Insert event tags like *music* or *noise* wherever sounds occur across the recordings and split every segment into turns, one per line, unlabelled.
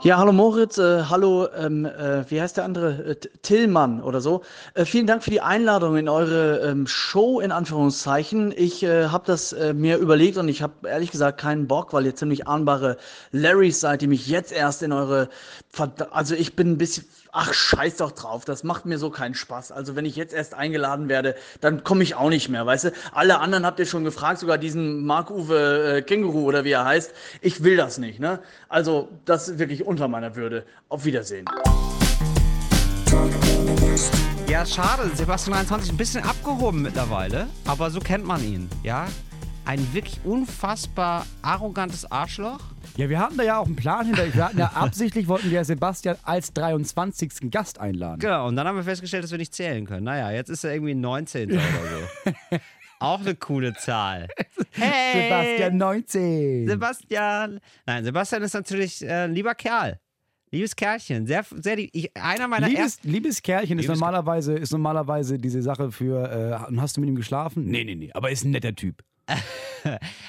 Ja, hallo Moritz, äh, hallo, ähm, äh, wie heißt der andere? Äh, T- Tillmann oder so. Äh, vielen Dank für die Einladung in eure ähm, Show in Anführungszeichen. Ich äh, habe das äh, mir überlegt und ich habe ehrlich gesagt keinen Bock, weil ihr ziemlich ahnbare Larrys seid, die mich jetzt erst in eure... Verd also ich bin ein bisschen... Ach, scheiß doch drauf, das macht mir so keinen Spaß. Also wenn ich jetzt erst eingeladen werde, dann komme ich auch nicht mehr, weißt du? Alle anderen habt ihr schon gefragt, sogar diesen Mark-Uwe äh, Känguru oder wie er heißt. Ich will das nicht, ne? Also das ist wirklich unter meiner Würde. Auf Wiedersehen.
Ja, schade. Sebastian 23 ein bisschen abgehoben mittlerweile, aber so kennt man ihn, ja? Ein wirklich unfassbar arrogantes Arschloch.
Ja, wir hatten da ja auch einen Plan hinter. Wir hatten ja absichtlich, wollten wir Sebastian als 23. Gast einladen.
Genau, und dann haben wir festgestellt, dass wir nicht zählen können. Naja, jetzt ist er irgendwie ein 19. oder so.
*laughs*
Auch eine coole Zahl. Hey!
Sebastian 19.
Sebastian! Nein, Sebastian ist natürlich äh, ein lieber Kerl. Liebes Kerlchen. Sehr, sehr lieb. Ich, einer meiner
Liebes,
ersten.
liebes Kerlchen ist,
Liebes-
normalerweise, ist normalerweise diese Sache für, äh, hast du mit ihm geschlafen? Nee, nee, nee, aber ist ein netter Typ.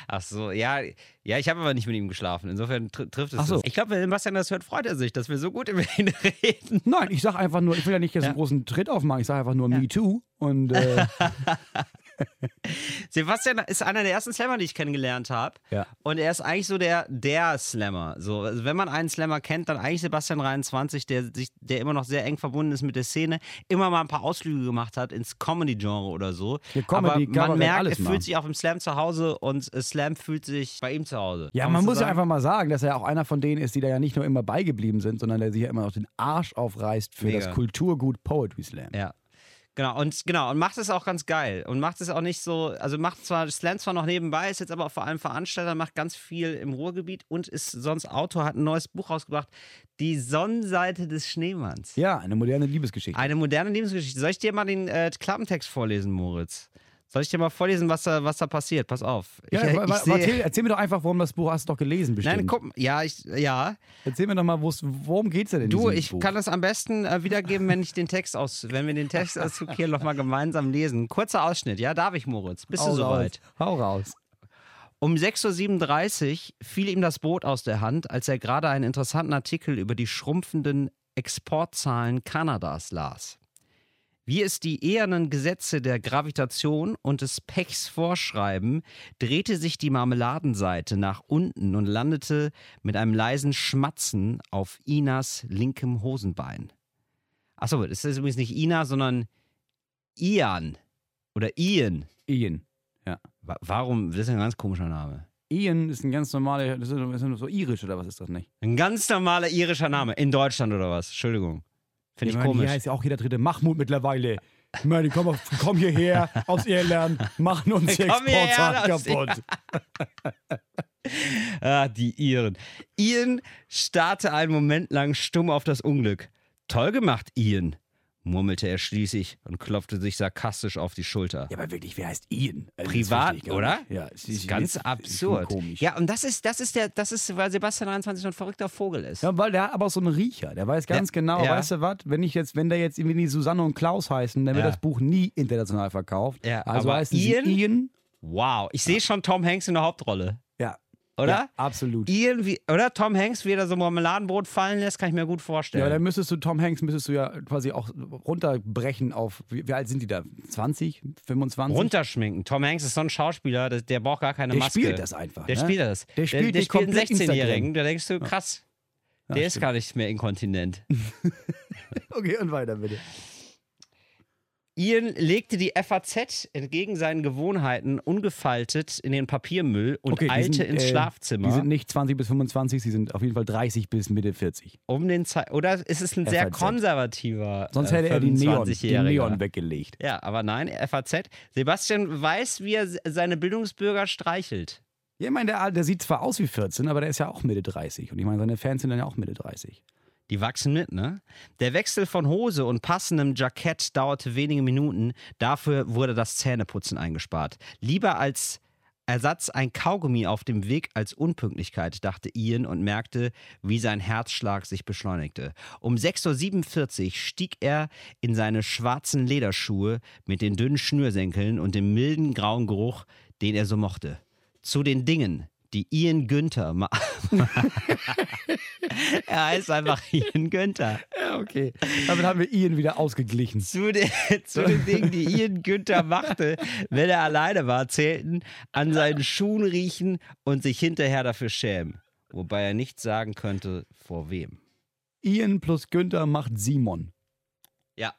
Ach so, ja, ja, ich habe aber nicht mit ihm geschlafen. Insofern tr trifft es.
Ach so.
das. Ich glaube, wenn Sebastian das hört, freut er sich, dass wir so gut über ihn *laughs* reden.
Nein, ich sag einfach nur, ich will ja nicht jetzt
Ja.
einen großen Tritt aufmachen, ich sage einfach nur Me Too und
*laughs*
äh,
Sebastian ist einer der ersten Slammer, die ich kennengelernt habe.
Ja.
Und er ist eigentlich so der, der Slammer. So, also wenn man einen Slammer kennt, dann eigentlich Sebastian 23, der, sich, der immer noch sehr eng verbunden ist mit der Szene, immer mal ein paar Ausflüge gemacht hat ins Comedy-Genre oder so.
Ja, Comedy,
Aber man
Kabarett,
merkt,
alles
er
mal.
fühlt sich auch im Slam zu Hause und äh, Slam fühlt sich bei ihm zu Hause.
ja,
Kann
man
so
muss ja
sagen?
einfach mal sagen, dass er auch einer von denen ist, die da ja nicht nur immer beigeblieben sind, sondern der sich ja immer noch den Arsch aufreißt für
Mega.
das Kulturgut Poetry Slam.
Ja. Genau, und genau, und macht es auch ganz geil. Und macht es auch nicht so, also macht zwar Slam zwar noch nebenbei, ist jetzt aber vor allem Veranstalter, macht ganz viel im Ruhrgebiet und ist sonst Autor, hat ein neues Buch rausgebracht, Die Sonnenseite des Schneemanns.
Ja, eine moderne Liebesgeschichte.
Eine moderne Lebensgeschichte. Soll ich dir mal den äh, Klappentext vorlesen, Moritz? Soll ich dir mal vorlesen, was da, was da passiert? Pass auf.
Ja,
ich, äh,
wa-
ich
wa-
sehe-
erzähl, erzähl mir doch einfach, worum das Buch hast du doch gelesen bestimmt.
Nein, guck, ja, ich, ja.
Erzähl mir doch mal, wo's- worum geht's denn in
Du,
diesem
ich
Buch?
kann das am besten äh, wiedergeben, wenn ich den Text aus, wenn wir den Text aus
*laughs*
hier nochmal gemeinsam lesen. Kurzer Ausschnitt, ja, darf ich, Moritz? Bist
Hau
du soweit?
Raus. Hau raus.
Um 6.37 Uhr fiel ihm das Boot aus der Hand, als er gerade einen interessanten Artikel über die schrumpfenden Exportzahlen Kanadas las. Wie es die ehernen Gesetze der Gravitation und des Pechs vorschreiben, drehte sich die Marmeladenseite nach unten und landete mit einem leisen Schmatzen auf Inas linkem Hosenbein. Achso, das ist übrigens nicht Ina, sondern Ian oder Ian.
Ian.
Wa- Warum? Das ist ein ganz komischer Name.
Ian ist ein ganz normaler, das ist, das ist so irisch oder was ist das nicht?
Ein ganz normaler irischer Name. In Deutschland oder was? Entschuldigung. Finde ich,
meine,
komisch.
Hier heißt ja auch jeder dritte Mahmoud mittlerweile. Ich meine, komm, auf- komm hierher aus Irland, machen uns die
Komm hierher
Exportzahlen
aus
*laughs* kaputt.
Ah, die Iren. Ian starrte einen Moment lang stumm auf das Unglück. Toll gemacht, Ian, murmelte er schließlich und klopfte sich sarkastisch auf die Schulter.
Ja, aber wirklich, wer heißt Ian? Also, das
Privat,
verstehe ich gar
oder?
nicht. Ja, es
Das ist ganz
es- es ist schon
absurd.
Komisch.
Ja, und das ist, das ist der, das ist, weil Sebastian 23 so ein verrückter Vogel ist.
Ja, weil der hat aber auch so einen Riecher. Der weiß ganz genau,
ja.
weißt du was, wenn ich jetzt, wenn der jetzt irgendwie Susanne und Klaus heißen, dann wird
Ja.
das Buch nie international verkauft.
Ja,
also
aber
heißt Ian,
Ian?
Ian.
Wow, ich sehe schon Tom Hanks in der Hauptrolle,
Ja.
oder?
Ja, absolut.
Ian, wie, oder Tom Hanks, wie er da so ein Marmeladenbrot fallen lässt, kann ich mir gut vorstellen.
Ja, aber dann müsstest du Tom Hanks, müsstest du ja quasi auch runterbrechen auf, wie, wie alt sind die da? 20, 25?
runterschminken. Tom Hanks ist so ein Schauspieler, der, der braucht gar keine
Der
Maske.
spielt das einfach.
Der
ne?
spielt das.
Der spielt
der,
dich
spielt einen
komplett
16-Jährigen. Da denkst du, krass, der ist gar nicht mehr inkontinent.
Okay, und weiter bitte.
Ian legte die FAZ entgegen seinen Gewohnheiten ungefaltet in den Papiermüll und
Okay, die
eilte
sind,
ins
äh, Die sind
Schlafzimmer.
nicht 20 bis 25, sie sind auf jeden Fall 30 bis Mitte 40.
Um den Zeit Oder ist es ein sehr
FAZ.
konservativer
Sonst
äh,
hätte er die Neon, die
25-Jähriger?
Neon weggelegt.
Ja, aber nein, FAZ. Sebastian weiß, wie er se- seine Bildungsbürger streichelt.
Ja, ich meine, der, der sieht zwar aus wie 14, aber der ist ja auch Mitte 30. Und ich meine, seine Fans sind dann ja auch Mitte 30.
Die wachsen mit, ne? Der Wechsel von Hose und passendem Jackett dauerte wenige Minuten. Dafür wurde das Zähneputzen eingespart. Lieber als Ersatz ein Kaugummi auf dem Weg als Unpünktlichkeit, dachte Ian und merkte, wie sein Herzschlag sich beschleunigte. Um 6.47 Uhr stieg er in seine schwarzen Lederschuhe mit den dünnen Schnürsenkeln und dem milden grauen Geruch, den er so mochte. Zu den Dingen, die Ian Günther. ma- *laughs* er heißt einfach Ian Günther.
Ja, okay. Damit haben wir Ian wieder ausgeglichen.
Zu, de, *laughs* zu den Dingen, die Ian Günther machte, wenn er alleine war, zählten an seinen Schuhen riechen und sich hinterher dafür schämen. Wobei er nicht sagen könnte, vor wem.
Ian plus Günther macht Simon.
Ja.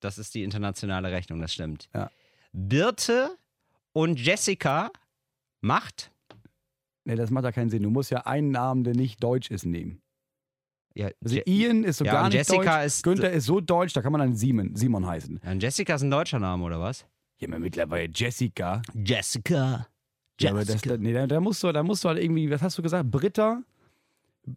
Das ist die internationale Rechnung, das stimmt.
Ja.
Birte und Jessica macht.
Nee, das macht ja keinen Sinn. Du musst ja einen Namen, der nicht deutsch ist, nehmen.
Ja,
Also
Je-
Ian ist so
Ja,
gar
und
nicht
Jessica
deutsch.
ist-
Günther ist so deutsch, da kann man dann Simon, Simon heißen.
Ja, und Jessica ist ein deutscher Name, oder was?
Ja, aber mittlerweile Jessica.
Jessica.
Ja, aber das, da, nee, da, da, musst du, da musst du halt irgendwie, was hast du gesagt? Britta,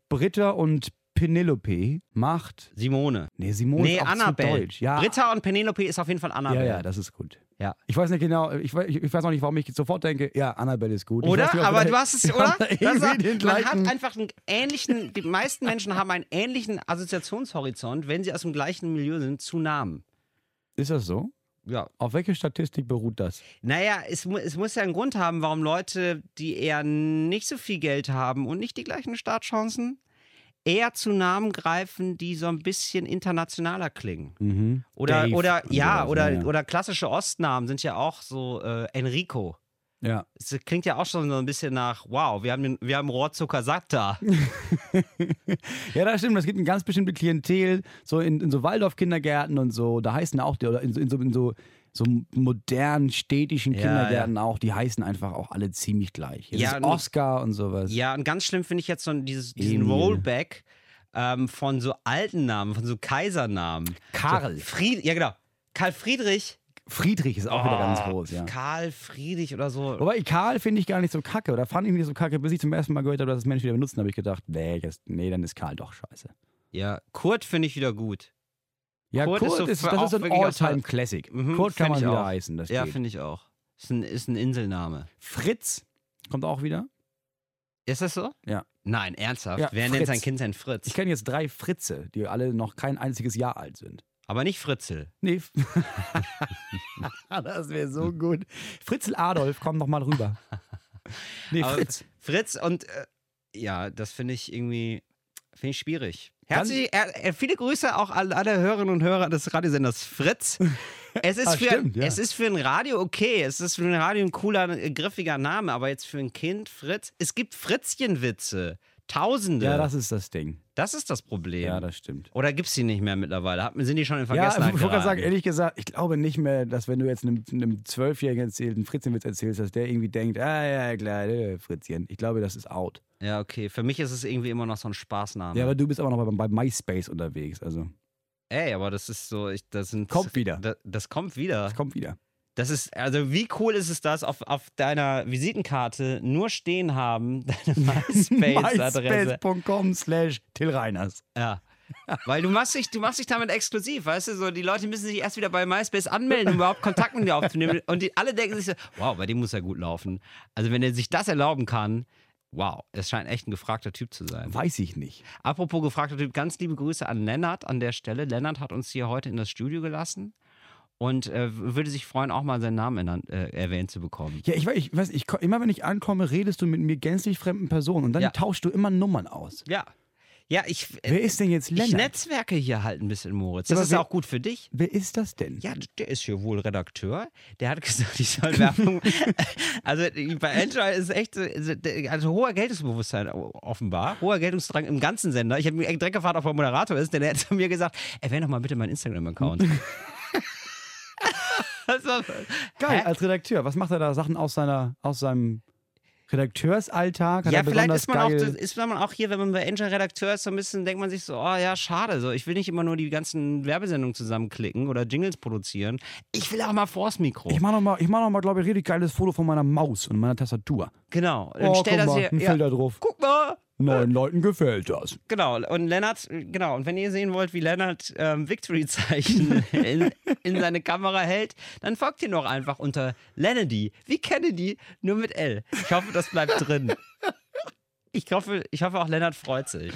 Britta und Penelope macht.
Simone.
Nee, Simone
Nee,
ist auch zu
Annabelle.
deutsch. Ja,
Britta und Penelope ist auf jeden Fall
Ja,
Annabelle.
ja, das ist gut.
Ja.
Ich weiß nicht genau, ich weiß, ich weiß auch nicht, warum ich sofort denke, ja, Annabelle ist gut. Ich
Oder?
weiß nicht, ob
Aber
wir-
du hast
*laughs*
es,
wir
oder?
haben da
Das
irgendwie den
hat, man hat
gleichen-
einfach einen ähnlichen, die meisten Menschen haben einen ähnlichen Assoziationshorizont, wenn sie aus dem gleichen Milieu sind, zu Namen.
ist das so?
Ja.
Auf welche Statistik beruht das?
Naja, es, mu- es muss ja einen Grund haben, warum Leute, die eher nicht so viel Geld haben und nicht die gleichen Startchancen, eher zu Namen greifen, die so ein bisschen internationaler klingen.
Mhm.
Oder,
Dave
oder
und
ja,
sowas,
oder,
ja, ja.
oder klassische Ostnamen sind ja auch so äh, Enrico.
Ja.
Es klingt ja auch schon so ein bisschen nach, wow, wir haben, den- wir haben Rohrzucker satt da.
ja, das stimmt. Es gibt ein ganz bestimmte Klientel, so in, in so Waldorf-Kindergärten und so, da heißen auch die, oder in so, in so, in so, so modernen städtischen
Ja,
Kindergärten auch, die heißen einfach auch alle ziemlich gleich. Hier
Ja,
ja, ist
und-
Oscar und sowas.
Ja, und ganz schlimm finde ich jetzt so dieses, diesen
Emil.
Rollback ähm, von so alten Namen, von so Kaisernamen.
Karl.
Fried, ja, genau. Karl Friedrich.
Friedrich ist auch
Oh,
wieder ganz groß, ja.
Karl Friedrich oder so.
Wobei, Karl finde ich gar nicht so kacke oder fand ich nicht so kacke, bis ich zum ersten Mal gehört habe, dass das Menschen wieder benutzen, habe ich gedacht, nee, das, nee, dann ist Karl doch scheiße.
Ja, Kurt finde ich wieder gut.
Ja,
Kurt
Kurt,
ist so
ist,
für-
das
auch
ist so ein
wirklich aus der-
All-Time-Classic.
Mhm,
Kurt kann
find
man
ich
wieder
auch.
heißen, das
ja,
geht.
finde ich auch. Ist ein, ist ein Inselname.
Fritz kommt auch wieder.
Ist das so?
Ja.
Nein, ernsthaft.
Ja,
Wer nennt
Fritz.
sein Kind sein Fritz?
Ich kenne jetzt drei Fritze, die alle noch kein einziges Jahr alt sind.
Aber nicht Fritzel.
Nee. *laughs* das wäre so gut. Fritzel Adolf, komm noch mal rüber. Nee,
Aber
Fritz.
Fritz und äh, ja, das finde ich irgendwie finde ich schwierig.
Ganz-
Herzlich, äh, äh, viele Grüße auch an alle Hörerinnen und Hörer des Radiosenders
*laughs*
Fritz. Es ist,
Ah,
für,
stimmt, ja.
es ist für ein Radio okay, es ist für ein Radio ein cooler, äh, griffiger Name, aber jetzt für ein Kind Fritz. Es gibt Fritzchenwitze, Tausende.
Ja,
das,
das ist das Ding.
ist das Problem.
Ja, das stimmt.
Oder gibt es die nicht mehr mittlerweile? Hat, sind die schon in
Ja,
Vergessenheit
ich wollte gerade sagen,
geraten?
ehrlich gesagt, ich glaube nicht mehr, dass wenn du jetzt einem, einem Zwölfjährigen erzählst, einen Fritzchenwitz erzählst, dass der irgendwie denkt, ah ja, klar, äh, Fritzchen. Ich glaube, das ist out.
Ja, okay. Für mich ist es irgendwie immer noch so ein Spaßname.
Ja, aber du bist aber noch bei, bei MySpace unterwegs, also
Ey, aber das ist so, ich, das sind.
Kommt wieder.
Da, das kommt wieder.
das
*laughs*
kommt wieder.
Das ist, also wie cool ist es das, auf, auf deiner Visitenkarte nur stehen haben, *laughs* deine MySpace-Adresse.
MySpace.com slash Till Reiners.
ja. Weil du machst, dich, du machst dich damit exklusiv, weißt du, so die Leute müssen sich erst wieder bei MySpace anmelden, um überhaupt Kontakt mit dir *laughs* aufzunehmen. Und die, alle denken sich so, wow, bei dem muss er gut laufen. Also wenn er sich das erlauben kann, wow, es scheint echt ein gefragter Typ zu sein.
Weiß ich nicht.
Apropos gefragter Typ, ganz liebe Grüße an Lennart an der Stelle. Lennart hat uns hier heute in das Studio gelassen und äh, würde sich freuen, auch mal seinen Namen ernannt- äh, erwähnt zu bekommen.
Ja, ich, weiß- ich weiß, ich, ko- immer wenn ich ankomme, redest du mit mir gänzlich fremden Personen und dann
Ja.
tauschst du immer Nummern aus.
Ja. Ja, ich, äh,
Wer ist denn jetzt
ich
Lennart?
netzwerke hier halt ein bisschen, Moritz.
Ja,
Das
aber
ist ja
wer-
auch gut für dich.
Wer ist das denn?
Ja, der ist hier wohl Redakteur. Der hat *laughs* gesagt, ich
*laughs*
soll Werbung. *laughs* also bei Angela ist echt äh, also hoher Geltungsbewusstsein o- offenbar, hoher Geltungsdrang im ganzen Sender. Ich habe mir direkt gefragt, ob er Moderator ist, denn er hat zu mir gesagt, erwähne doch mal bitte meinen
*laughs*
Instagram-Account. Das war-
Geil,
Hä?
als Redakteur. Was macht er da? Sachen aus, seiner, aus seinem Redakteursalltag? Hat
Ja,
er
vielleicht
besonders
ist man, auch,
geil-
ist man auch hier, wenn man bei Angel Redakteur ist, so ein bisschen denkt man sich so, oh ja, schade, so ich will nicht immer nur die ganzen Werbesendungen zusammenklicken oder Jingles produzieren. Ich will auch mal vors Mikro.
Ich mache nochmal, mach noch mal, glaube ich, richtig geiles Foto von meiner Maus und meiner Tastatur.
genau. Und
Oh,
stell das
guck mal,
hier.
ein
Ja,
Filter drauf.
guck mal.
Neun Leuten gefällt das.
Genau, und Lennart, genau, und wenn ihr sehen wollt, wie Lennart ähm, Victory-Zeichen *laughs* in, in seine Kamera hält, dann folgt ihr noch einfach unter Lennedy, wie Kennedy, nur mit L. Ich hoffe, das bleibt drin. Ich hoffe, ich hoffe auch Lennart freut sich.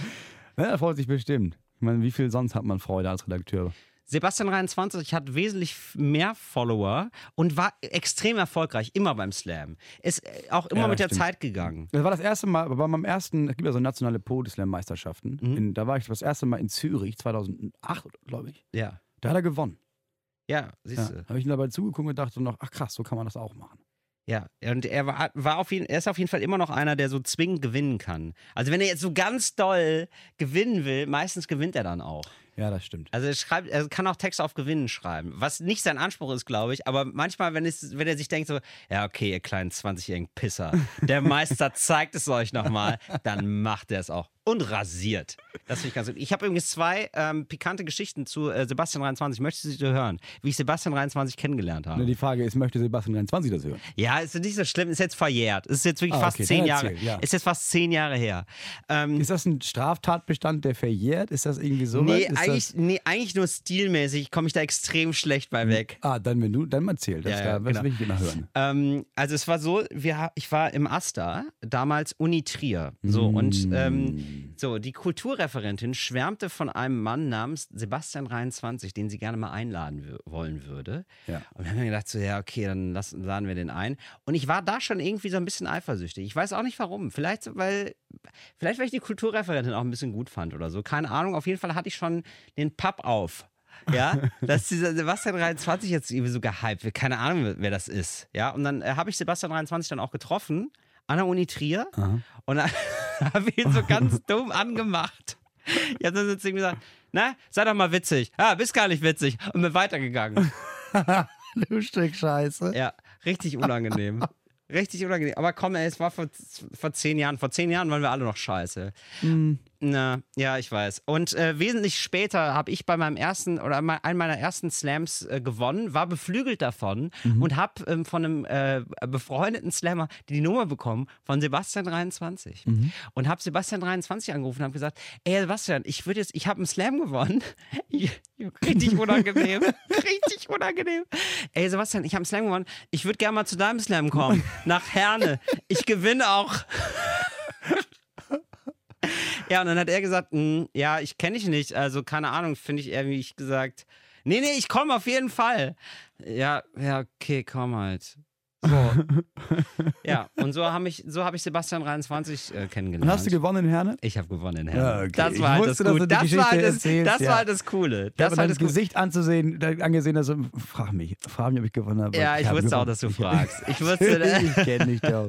Ja, er freut sich bestimmt. Ich meine, wie viel sonst hat man Freude als Redakteur?
Sebastian 23 hat wesentlich f- mehr Follower und war extrem erfolgreich, immer beim Slam. Ist äh, auch immer
Ja,
mit der
stimmt.
Zeit gegangen.
Das war das erste Mal, bei meinem ersten, es gibt ja so nationale Podeslam-Meisterschaften.
Mhm.
In- Da war ich das erste Mal in Zürich, 2008, glaube ich.
Ja.
Da hat er gewonnen.
Ja,
Ja.
siehst du.
Habe ich ihm dabei zugeguckt und dachte noch, ach krass, so kann man das auch machen.
Ja, und er war, war auf jeden, er ist auf jeden Fall immer noch einer, der so zwingend gewinnen kann. Also wenn er jetzt so ganz doll gewinnen will, meistens gewinnt er dann auch.
Ja, das stimmt.
Also er schreibt, er kann auch Texte auf Gewinnen schreiben, was nicht sein Anspruch ist, glaube ich, aber manchmal, wenn, es, wenn er sich denkt so, ja okay, ihr kleinen 20-jährigen Pisser, der
*laughs*
Meister zeigt es euch nochmal, dann macht er es auch. Und rasiert. Das finde ich ganz gut. Ich habe übrigens zwei ähm, pikante Geschichten zu äh, Sebastian 23. Möchtest du sie hören? Wie ich Sebastian 23 kennengelernt habe?
Ne, Die Frage ist, möchte Sebastian 23 das hören?
Ja, ist nicht so schlimm, ist jetzt verjährt. Ist jetzt wirklich
Ah,
fast
okay,
zehn
dann
Jahre.
erzähl, ja.
Ist jetzt fast zehn Jahre her. Ähm,
Ist das ein Straftatbestand, der verjährt? Ist das irgendwie so?
Äh, nee,
ist
eigentlich, nee, eigentlich nur stilmäßig komme ich da extrem schlecht bei weg.
Das, ah, dann wenn du, dann mal zähl. Das,
Ja,
ja,
ja,
das
genau.
will ich immer
*laughs*
hören.
Ähm, also es war so, wir, ha- ich war im Asta, damals Uni Trier. So, und ähm, so, die Kulturreferentin schwärmte von einem Mann namens Sebastian 23, den sie gerne mal einladen wü- wollen würde.
Ja.
Und wir haben mir gedacht, so, ja, okay, dann lass, laden wir den ein. Und ich war da schon irgendwie so ein bisschen eifersüchtig. Ich weiß auch nicht warum. Vielleicht, weil, vielleicht, weil ich die Kulturreferentin auch ein bisschen gut fand oder so. Keine Ahnung. Auf jeden Fall hatte ich schon den Papp auf. Ja, dass dieser Sebastian 23 jetzt irgendwie so gehypt wird. Keine Ahnung, wer das ist. Ja, und dann äh, habe ich Sebastian 23 dann auch getroffen an der Uni Trier und dann *laughs* habe ich ihn so ganz dumm angemacht. Ich habe dann so zu ihm gesagt, na, sei doch mal witzig. Ah, bist gar nicht witzig. Und bin weitergegangen.
Du Stück Scheiße.
Ja, richtig unangenehm. richtig unangenehm. Aber komm, ey, es war vor, vor zehn Jahren. Vor zehn Jahren waren wir alle noch scheiße. Na, ja, ich weiß. Und äh, wesentlich später habe ich bei meinem ersten oder me- einem meiner ersten Slams äh, gewonnen, war beflügelt davon und habe ähm, von einem äh, befreundeten Slammer die Nummer bekommen von Sebastian 23 und habe Sebastian 23 angerufen und habe gesagt, ey Sebastian, ich würde jetzt, ich habe einen Slam gewonnen, *laughs* Ich- richtig unangenehm, richtig unangenehm. Ey Sebastian, ich habe einen Slam gewonnen, ich würde gerne mal zu deinem Slam kommen nach Herne, ich gewinne auch. Ja, und dann hat er gesagt, "Mm, ja, ich kenne dich nicht, also keine Ahnung, finde ich irgendwie, ich gesagt, nee, nee, ich komme auf jeden Fall. Ja, ja, okay, komm halt.
*laughs*
So. ja, und so habe ich, so hab ich Sebastian 23 äh, kennengelernt.
Und hast du gewonnen, Herne?
ich habe gewonnen, Herr.
Ja, okay.
Das
Ich
war halt das
wusste, dass
Coole.
du die
Das, war halt
Geschichte
das,
erzählst,
das
ja.
war halt das Coole.
Ich
Das
habe
war
dein
das Coole.
Gesicht anzusehen, da- angesehen, dass du, frag mich, frag mich, ob ich gewonnen habe.
Ja, ich
habe
wusste auch,
gewonnen. *laughs*
dass du fragst. Ich wusste.
ich kenne dich doch.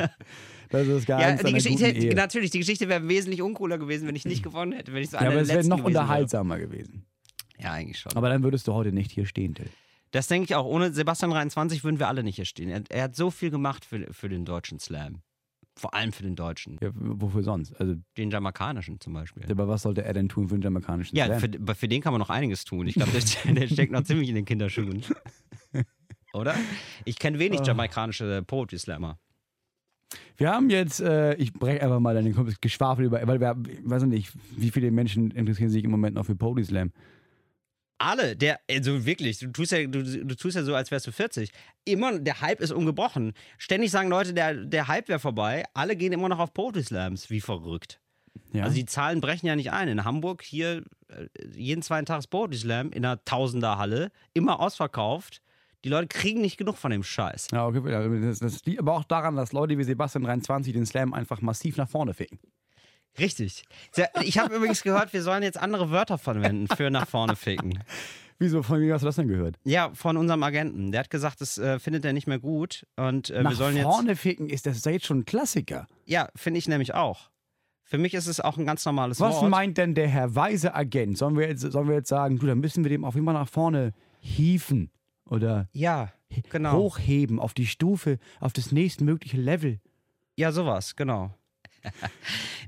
Das ist
*laughs*
gar
Ja,
nicht
die Geschichte, genau
guten Ehe.
natürlich, die Geschichte wäre wesentlich uncooler gewesen, wenn ich
*laughs*
nicht gewonnen hätte, wenn ich so
Ja,
einer
aber
der
es wäre
Letzten
noch
gewesen wäre.
unterhaltsamer gewesen.
Ja, eigentlich schon.
Aber dann würdest du heute nicht hier stehen, Till.
Das denke ich auch. Ohne Sebastian 23 würden wir alle nicht hier stehen. Er, er hat so viel gemacht für, für den deutschen Slam. Vor allem für den deutschen.
Ja, w- wofür sonst? Also,
Den jamaikanischen zum Beispiel.
aber was sollte er denn tun für den jamaikanischen
ja,
Slam?
für, für den kann man noch einiges tun. Ich glaube, der, *laughs* der steckt noch ziemlich in den Kinderschuhen. Oder? Ich kenne wenig jamaikanische Poetry Slammer.
Wir haben jetzt, äh, ich breche einfach mal deine komplettes Geschwafel über, weil wir, ich weiß nicht, wie viele Menschen interessieren sich im Moment noch für Pody Slam.
Alle, der, also wirklich, du tust ja, du, du tust ja so, als wärst du 40. Immer, der Hype ist ungebrochen. Ständig sagen Leute, der, der Hype wäre vorbei. Alle gehen immer noch auf Poetry Slams. Wie verrückt.
Ja?
Also die Zahlen brechen ja nicht ein. In Hamburg hier äh, jeden zweiten Tag ist Poetry Slam in einer Tausenderhalle, immer ausverkauft. Die Leute kriegen nicht genug von dem Scheiß.
ja, okay, ja, das, das liegt aber auch daran, dass Leute wie Sebastian 23 den Slam einfach massiv nach vorne ficken.
Richtig. Sehr- Ich habe übrigens gehört, wir sollen jetzt andere Wörter verwenden für nach vorne ficken.
Wieso, von mir hast du das denn gehört?
Ja, von unserem Agenten. Der hat gesagt, das äh, findet er nicht mehr gut. Und äh, wir
nach
sollen jetzt.
vorne ficken ist das ist ja jetzt schon ein Klassiker.
Ja, finde ich nämlich auch. Für mich ist es auch ein ganz normales
Was
Wort.
meint denn der Herr weise Agent? Sollen wir jetzt, sollen wir jetzt sagen, du, dann müssen wir dem auf immer nach vorne hieven oder
ja, genau.
hochheben auf die Stufe, auf das nächstmögliche Level?
Ja, sowas, genau. *laughs*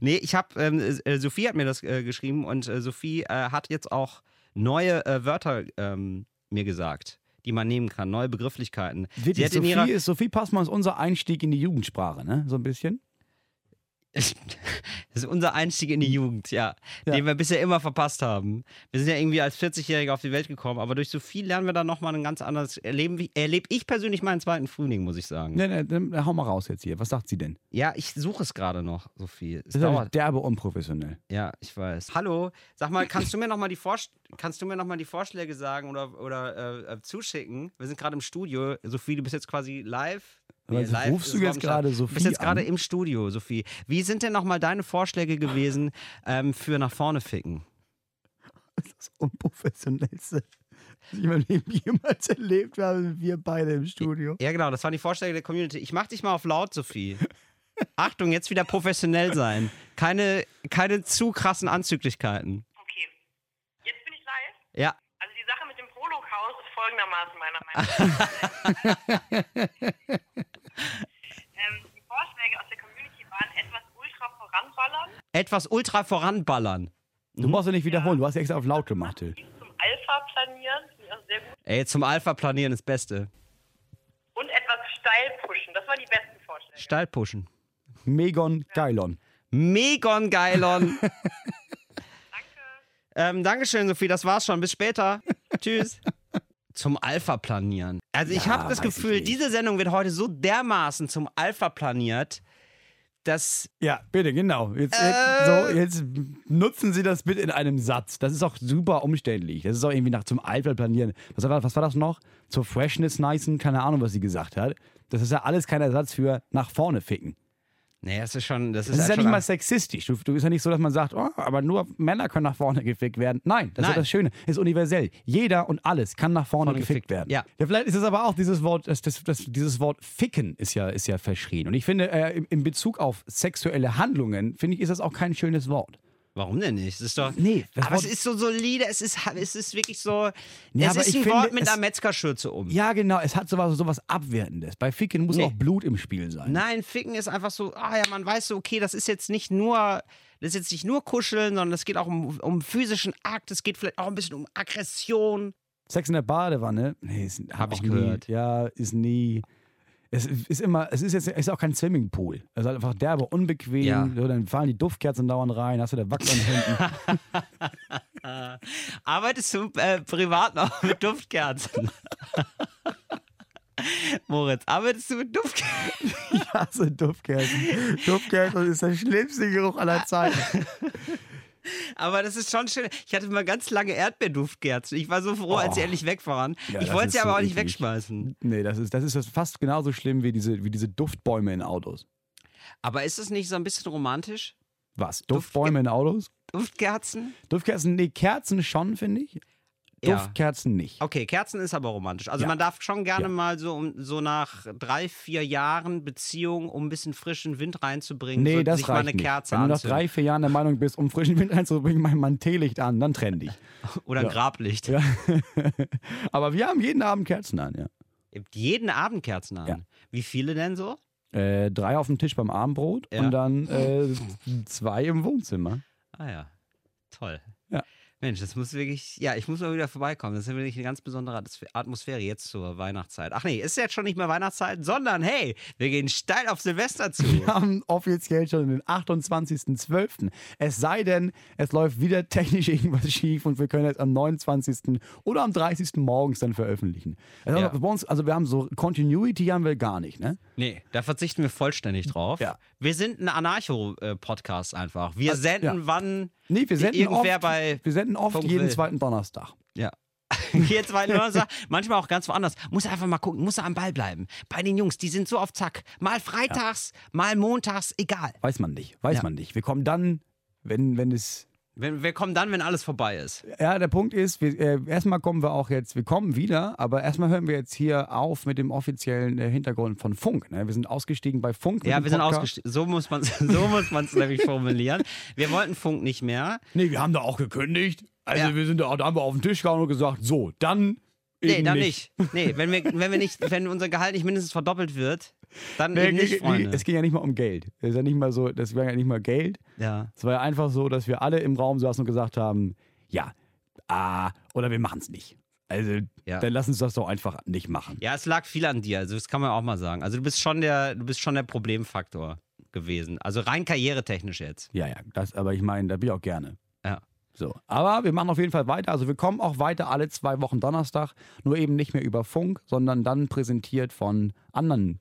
nee, ich habe, ähm, äh, Sophie hat mir das äh, geschrieben und äh, Sophie äh, hat jetzt auch neue äh, Wörter ähm, mir gesagt, die man nehmen kann, neue Begrifflichkeiten.
Wirklich,
hat in
Sophie,
ihrer-
ist, Sophie Passmann ist unser Einstieg in die Jugendsprache, ne? So ein bisschen.
*laughs* das ist unser Einstieg in die Jugend, ja,
Ja.
den wir bisher immer verpasst haben. Wir sind ja irgendwie als 40-Jährige auf die Welt gekommen, aber durch Sophie lernen wir dann nochmal ein ganz anderes Erleben. Erlebe ich persönlich meinen zweiten Frühling, muss ich sagen.
Ne, ne, ne, hau mal raus jetzt hier. Was sagt sie denn?
Ja, ich suche es gerade noch, Sophie. Es
Das ist
dauert.
ja derbe unprofessionell.
Ja, ich weiß. Hallo, sag mal, kannst du mir noch mal die Vorst kannst du mir nochmal die Vorschläge sagen oder, oder äh, äh, zuschicken? Wir sind gerade im Studio. Sophie, du bist jetzt quasi live.
Aber
Nee,
jetzt
live
rufst
ist
du
es überhaupt
jetzt
nicht live.
gerade
Du bist
Sophie
jetzt gerade
an?
im Studio, Sophie. Wie sind denn nochmal deine Vorschläge gewesen ähm, für nach vorne ficken?
Das Unprofessionellste, was ich in meinem Leben jemals erlebt habe, wir beide im Studio.
Ja, genau, das waren die Vorschläge der Community. Ich mach dich mal auf laut, Sophie. Achtung, jetzt wieder professionell sein. Keine, keine zu krassen Anzüglichkeiten.
Okay. Jetzt bin ich live.
Ja,
Also die Sache mit dem Prolog-Haus ist folgendermaßen meiner Meinung nach. ähm, die Vorschläge aus der Community waren etwas ultra voranballern,
etwas ultra voranballern.
Du
Mhm.
brauchst ja nicht wiederholen, du hast ja extra auf laut gemacht, Till.
viel zum Alpha planieren, finde ich auch sehr gut,
Ey, zum Alpha planieren ist Beste.
und etwas steil pushen. Das waren die besten Vorschläge.
Steil pushen.
Megon Geilon.
Megon
*laughs*
geilon.
Danke.
ähm, Dankeschön, Sophie, das war's schon. Bis später. Tschüss. Zum Alpha planieren. Also ich
Ja,
habe das
weiß ich
Gefühl,
nicht.
diese Sendung wird heute so dermaßen zum Alpha planiert, dass
Ja, bitte, genau. Jetzt,
Äh.
so, jetzt nutzen Sie das bitte in einem Satz. Das ist auch super umständlich. Das ist auch irgendwie nach zum Alter planieren. Was war, was war das noch? Zur Freshness nicen, keine Ahnung, was sie gesagt hat. Das ist ja alles kein Ersatz für nach vorne ficken.
Nee, das ist schon. Das ist,
Das ist ja
halt schon
nicht mal sexistisch. Du, du ist ja nicht so, dass man sagt, oh, aber nur Männer können nach vorne gefickt werden. Nein, das
Nein.
ist das Schöne. Ist universell. Jeder und alles kann nach vorne
Vorne
gefickt
gefickt,
werden.
ja.
vielleicht ist es aber auch dieses Wort, das, das, das, dieses Wort ficken ist ja, ist ja verschrien. Und ich finde, äh, im- in Bezug auf sexuelle Handlungen, finde ich, ist das auch kein schönes Wort.
Warum denn nicht? Es ist doch.
Nee, das
aber es
Wort-
ist so solide, es ist, es ist wirklich so.
Ja,
es
aber
ist
ich
ein
finde,
Wort mit
es-
einer Metzgerschürze um.
Ja, genau. Es hat sowas, sowas Abwertendes. Bei Ficken muss
Nee.
auch Blut im Spiel sein.
Nein, ficken ist einfach so, ah ja, man weiß so, okay, das ist jetzt nicht nur, das ist jetzt nicht nur kuscheln, sondern es geht auch um, um physischen Akt, es geht vielleicht auch ein bisschen um Aggression.
Sex in der Badewanne? Nee, ist, hab
ich
auch nie,
gehört.
Ja, ist nie. Es ist immer, es ist jetzt ist auch kein Swimmingpool. Es ist halt einfach derbe, unbequem.
Ja.
So, dann fallen die Duftkerzen dauernd rein, hast du der Wachs an den Händen.
Arbeitest du äh, privat noch *laughs* mit Duftkerzen? *laughs* Moritz, arbeitest du mit Duftkerzen?
*laughs* ich hasse Duftkerzen. Duftkerzen ist der schlimmste Geruch aller Zeiten.
Aber das ist schon schön. Ich hatte mal ganz lange Erdbeerduftkerzen. Ich war so froh, als sie
Oh.
endlich weg waren.
Ja,
ich
das
wollte
ist
sie aber
so
auch nicht
eklig.
wegschmeißen.
Nee, das ist, das ist fast genauso schlimm wie diese, wie diese Duftbäume in Autos.
Aber ist das nicht so ein bisschen romantisch?
Was? Duftbäume in Autos?
Duftkerzen?
Duftkerzen, nee, Kerzen schon, finde ich.
Ja.
Duftkerzen nicht.
Okay, Kerzen ist aber romantisch. Also
Ja.
man darf schon gerne
Ja.
mal so, um, so nach drei, vier Jahren Beziehung, um ein bisschen frischen Wind reinzubringen,
Nee,
so,
das
sich
reicht
mal eine
nicht.
Kerze
Wenn du nach
anzünden.
drei, vier Jahren der Meinung bist, um frischen Wind einzubringen, mach ich mein Teelicht an, dann trenn dich.
Oder ein
Ja.
Grablicht.
*laughs* Ja. Aber wir haben jeden Abend Kerzen an, ja.
Ihr habt jeden Abend Kerzen an.
Ja.
Wie viele denn so?
Äh, drei auf dem Tisch beim Abendbrot
Ja.
und *laughs* dann äh, zwei im Wohnzimmer.
Ah ja, toll.
Ja.
Mensch, das muss wirklich, ja, ich muss mal wieder vorbeikommen. Das ist wirklich eine ganz besondere Atmos- Atmosphäre jetzt zur Weihnachtszeit. Ach nee, ist jetzt schon nicht mehr Weihnachtszeit, sondern hey, wir gehen steil auf Silvester zu.
*laughs* Wir haben offiziell schon den 28.12. Es sei denn, es läuft wieder technisch irgendwas schief und wir können es am 29. oder am 30. morgens dann veröffentlichen. Also,
Ja.
bei uns, also wir haben so Continuity haben wir gar nicht, ne?
Nee, da verzichten wir vollständig drauf.
Ja. Also,
Wir sind ein Anarcho-Podcast einfach. Wir senden
ja.
wann.
Nee, wir senden
Irgendwer
oft,
bei
wir senden oft
Funk
jeden
will.
zweiten Donnerstag.
Ja. *laughs* Jetzt weil man sagt, manchmal auch ganz woanders. Muss einfach mal gucken, muss er am Ball bleiben. Bei den Jungs, die sind so auf Zack. Mal freitags, mal montags, egal.
Weiß man nicht, weiß
Ja.
man nicht. Wir kommen dann, wenn, wenn es.
Wir, wir kommen dann, wenn alles vorbei ist.
Ja, der Punkt ist, wir, äh, erstmal kommen wir auch jetzt, wir kommen wieder, aber erstmal hören wir jetzt hier auf mit dem offiziellen äh, Hintergrund von Funk. Ne? Wir sind ausgestiegen bei Funk.
Ja,
mit
wir
dem
sind
Podcast.
ausgestiegen. So muss man *laughs* es so muss man's nämlich formulieren. Wir wollten Funk nicht mehr.
Nee, wir haben da auch gekündigt. Also
Ja.
wir sind da, auch- da haben wir auf den Tisch gehauen und gesagt, so, dann.
Nee,
eben
dann nicht. Nee, wenn wir, wenn wir nicht, wenn unser Gehalt nicht mindestens verdoppelt wird, dann
Nee,
eben
nee,
nicht, Freunde.
nee, es ging ja nicht mal um Geld. Es ist ja nicht mal so, das war ja nicht mal Geld.
ja.
Es war ja einfach so, dass wir alle im Raum saßen und gesagt haben, ja, ah, oder wir machen es nicht. Also,
Ja.
dann lass uns das doch einfach nicht machen.
Ja, es lag viel an dir, also das kann man auch mal sagen. Also du bist schon der, du bist schon der Problemfaktor gewesen. Also rein karrieretechnisch jetzt.
Ja, ja, das, aber ich meine, da bin ich auch gerne.
Ja.
So. Aber wir machen auf jeden Fall weiter. Also wir kommen auch weiter alle
*laughs*
zwei Wochen Donnerstag, nur eben nicht mehr über Funk, sondern dann präsentiert von anderen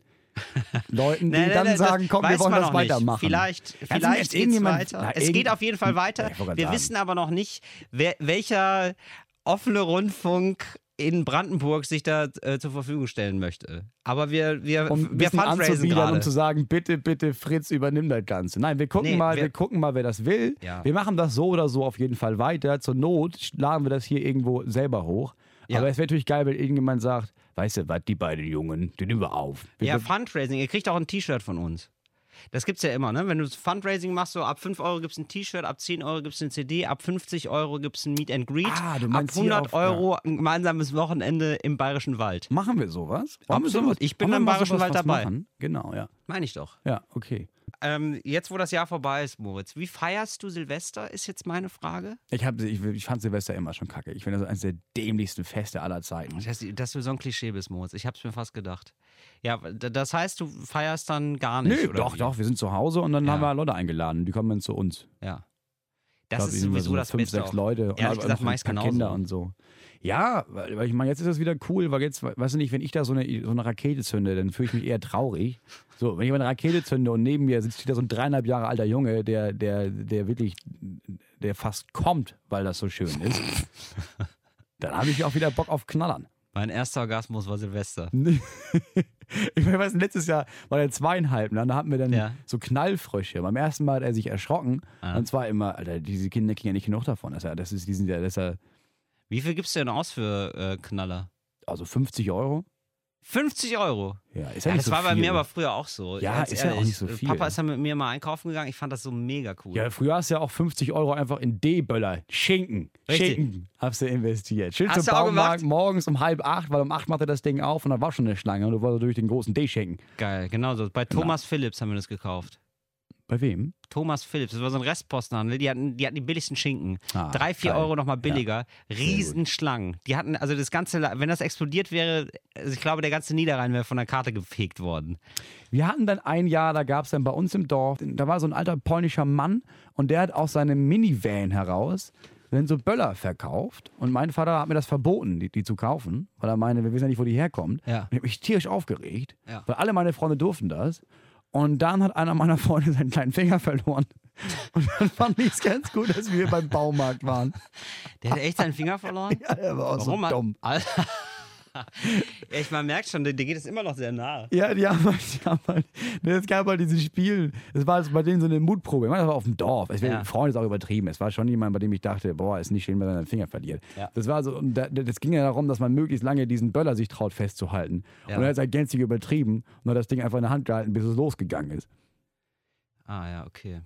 Leuten, die
Nein, nein,
dann
nein,
sagen, komm, wir
weiß
wollen
man
das
noch nicht.
weitermachen.
Vielleicht,
Ganz im Ernst,
vielleicht geht es
irgendjemand-
weiter.
Na,
es
irgend-
geht auf jeden Fall weiter.
Ja, ich wollte gerade
Wir
sagen.
wissen aber noch nicht, wer, welcher offene Rundfunk in Brandenburg sich da äh, zur Verfügung stellen möchte. Aber wir, wir,
um ein
wir
bisschen
fundraisen
anzubiedern,
gerade.
um zu sagen, bitte, bitte, Fritz, übernimm das Ganze. Nein, wir gucken
Nee,
mal,
wir-
wir, gucken mal, wer das will.
Ja.
Wir machen das so oder so auf jeden Fall weiter. Zur Not schlagen wir das hier irgendwo selber hoch.
Ja.
Aber es wäre natürlich geil, wenn irgendjemand sagt, weißt du was, die beiden Jungen, die nehmen wir auf. Wir,
Ja,
wir-
Fundraising. Ihr kriegt auch ein T-Shirt von uns. Das gibt's ja immer, ne? Wenn du Fundraising machst, so ab 5 Euro gibt's ein T-Shirt, ab 10 Euro gibt's eine CD, ab 50 Euro gibt's ein Meet and Greet,
Ah, du
ab
meinst hier
100
auf-
Euro ein gemeinsames Wochenende im Bayerischen Wald.
machen wir sowas?
Absolut.
Wollen wir sowas-
Ich bin
wollen wir
im
mal
Bayerischen
sowas
Wald
was
dabei.
Machen? Genau, ja.
Meine ich doch.
Ja, okay.
Ähm, jetzt, wo das Jahr vorbei ist, Moritz, wie feierst du Silvester, ist jetzt meine Frage.
Ich, hab, ich, ich fand Silvester immer schon kacke. Ich finde das eines der dämlichsten Feste aller Zeiten.
Das heißt, dass du so ein Klischee bist, Moritz. Ich hab's mir fast gedacht. Ja, d- das heißt, du feierst dann gar nicht,
Nö,
oder
doch,
wie?
doch, wir sind zu Hause und dann
Ja.
haben wir Leute eingeladen. Die kommen dann zu uns.
Ja. Das
glaub,
ist
irgendwie
sowieso
so
das
fünf,
Beste.
sechs
auch.
Leute und
Ehrlich
aber
gesagt,
noch
meist
ein paar
genauso.
Kinder und so. Ja, weil weil ich meine, jetzt ist das wieder cool, weil jetzt, we- weißt du nicht, wenn ich da so eine, so eine Rakete zünde, dann fühle ich mich eher traurig. So, wenn ich meine Rakete zünde und neben mir sitzt steht da so ein dreieinhalb Jahre alter Junge, der, der, der wirklich, der fast kommt, weil das so schön ist,
*laughs*
dann habe ich auch wieder Bock auf Knallern.
Mein erster Orgasmus war Silvester.
Ich meine, weiß, letztes Jahr war der zweieinhalb, ne? da hatten wir dann
Ja.
so Knallfrösche. Beim ersten Mal hat er sich erschrocken.
Ah.
Und zwar immer, Alter, diese Kinder kriegen ja nicht genug davon. Das ist ja, das ist, die sind ja, das ist ja
Wie viel gibst du denn aus für äh, Knaller?
also 50 Euro.
50 Euro.
Ja, ist ja
Ja,
nicht
das
so
war bei
viel.
mir aber früher auch so.
Ja,
Ganz
ist ja auch
ehrlich,
nicht so viel.
Papa ist dann mit mir mal einkaufen gegangen. Ich fand das so mega cool.
Ja, früher hast du ja auch 50 Euro einfach in D-Böller. Schinken.
Richtig.
Schinken hast du investiert. Schön
Hast
zum
du auch
Baumarkt
gemacht?
morgens um halb acht, weil um acht machte das Ding auf und da war schon eine Schlange und du wolltest durch den großen D schenken.
Geil, genau so. Bei Thomas Philips haben wir das gekauft.
Bei wem?
Thomas Philips, das war so ein Restpostenhandel. Die hatten die, hatten die billigsten Schinken.
Ah,
Drei, vier
geil.
Euro nochmal billiger. Riesenschlangen. Die hatten, also das ganze, La- wenn das explodiert wäre, also ich glaube, der ganze Niederrhein wäre von der Karte gefegt worden.
Wir hatten dann ein Jahr, da gab es dann bei uns im Dorf, da war so ein alter polnischer Mann und der hat aus seinem Minivan heraus dann so Böller verkauft. Und mein Vater hat mir das verboten, die, die zu kaufen, weil er meinte, wir wissen ja nicht, wo die herkommt.
Ja.
Und ich habe mich tierisch aufgeregt,
Ja.
weil alle meine Freunde durften das. Und dann hat einer meiner Freunde seinen kleinen Finger verloren. Und dann fand ich es ganz gut, dass wir beim Baumarkt waren.
Der hat echt seinen Finger verloren?
*laughs* Ja, er war auch
Warum?
so dumm.
Al- *laughs* ja, ich, man merkt schon, dir dir geht es immer noch sehr nahe.
Ja, die haben halt, die haben halt, ne, es gab halt diese Spielen, es war also bei denen so eine Mutprobe. Ich meine, das war auf dem Dorf. Es wäre
Ja.
Freund ist auch übertrieben. Es war schon jemand, bei dem ich dachte, boah, ist nicht schön, wenn er seinen Finger verliert.
Ja.
Das war so, und da, das ging ja darum, dass man möglichst lange diesen Böller sich traut festzuhalten.
Ja.
Und er hat es halt gänzlich übertrieben und hat das Ding einfach in der Hand gehalten, bis es losgegangen ist.
Ah ja, okay.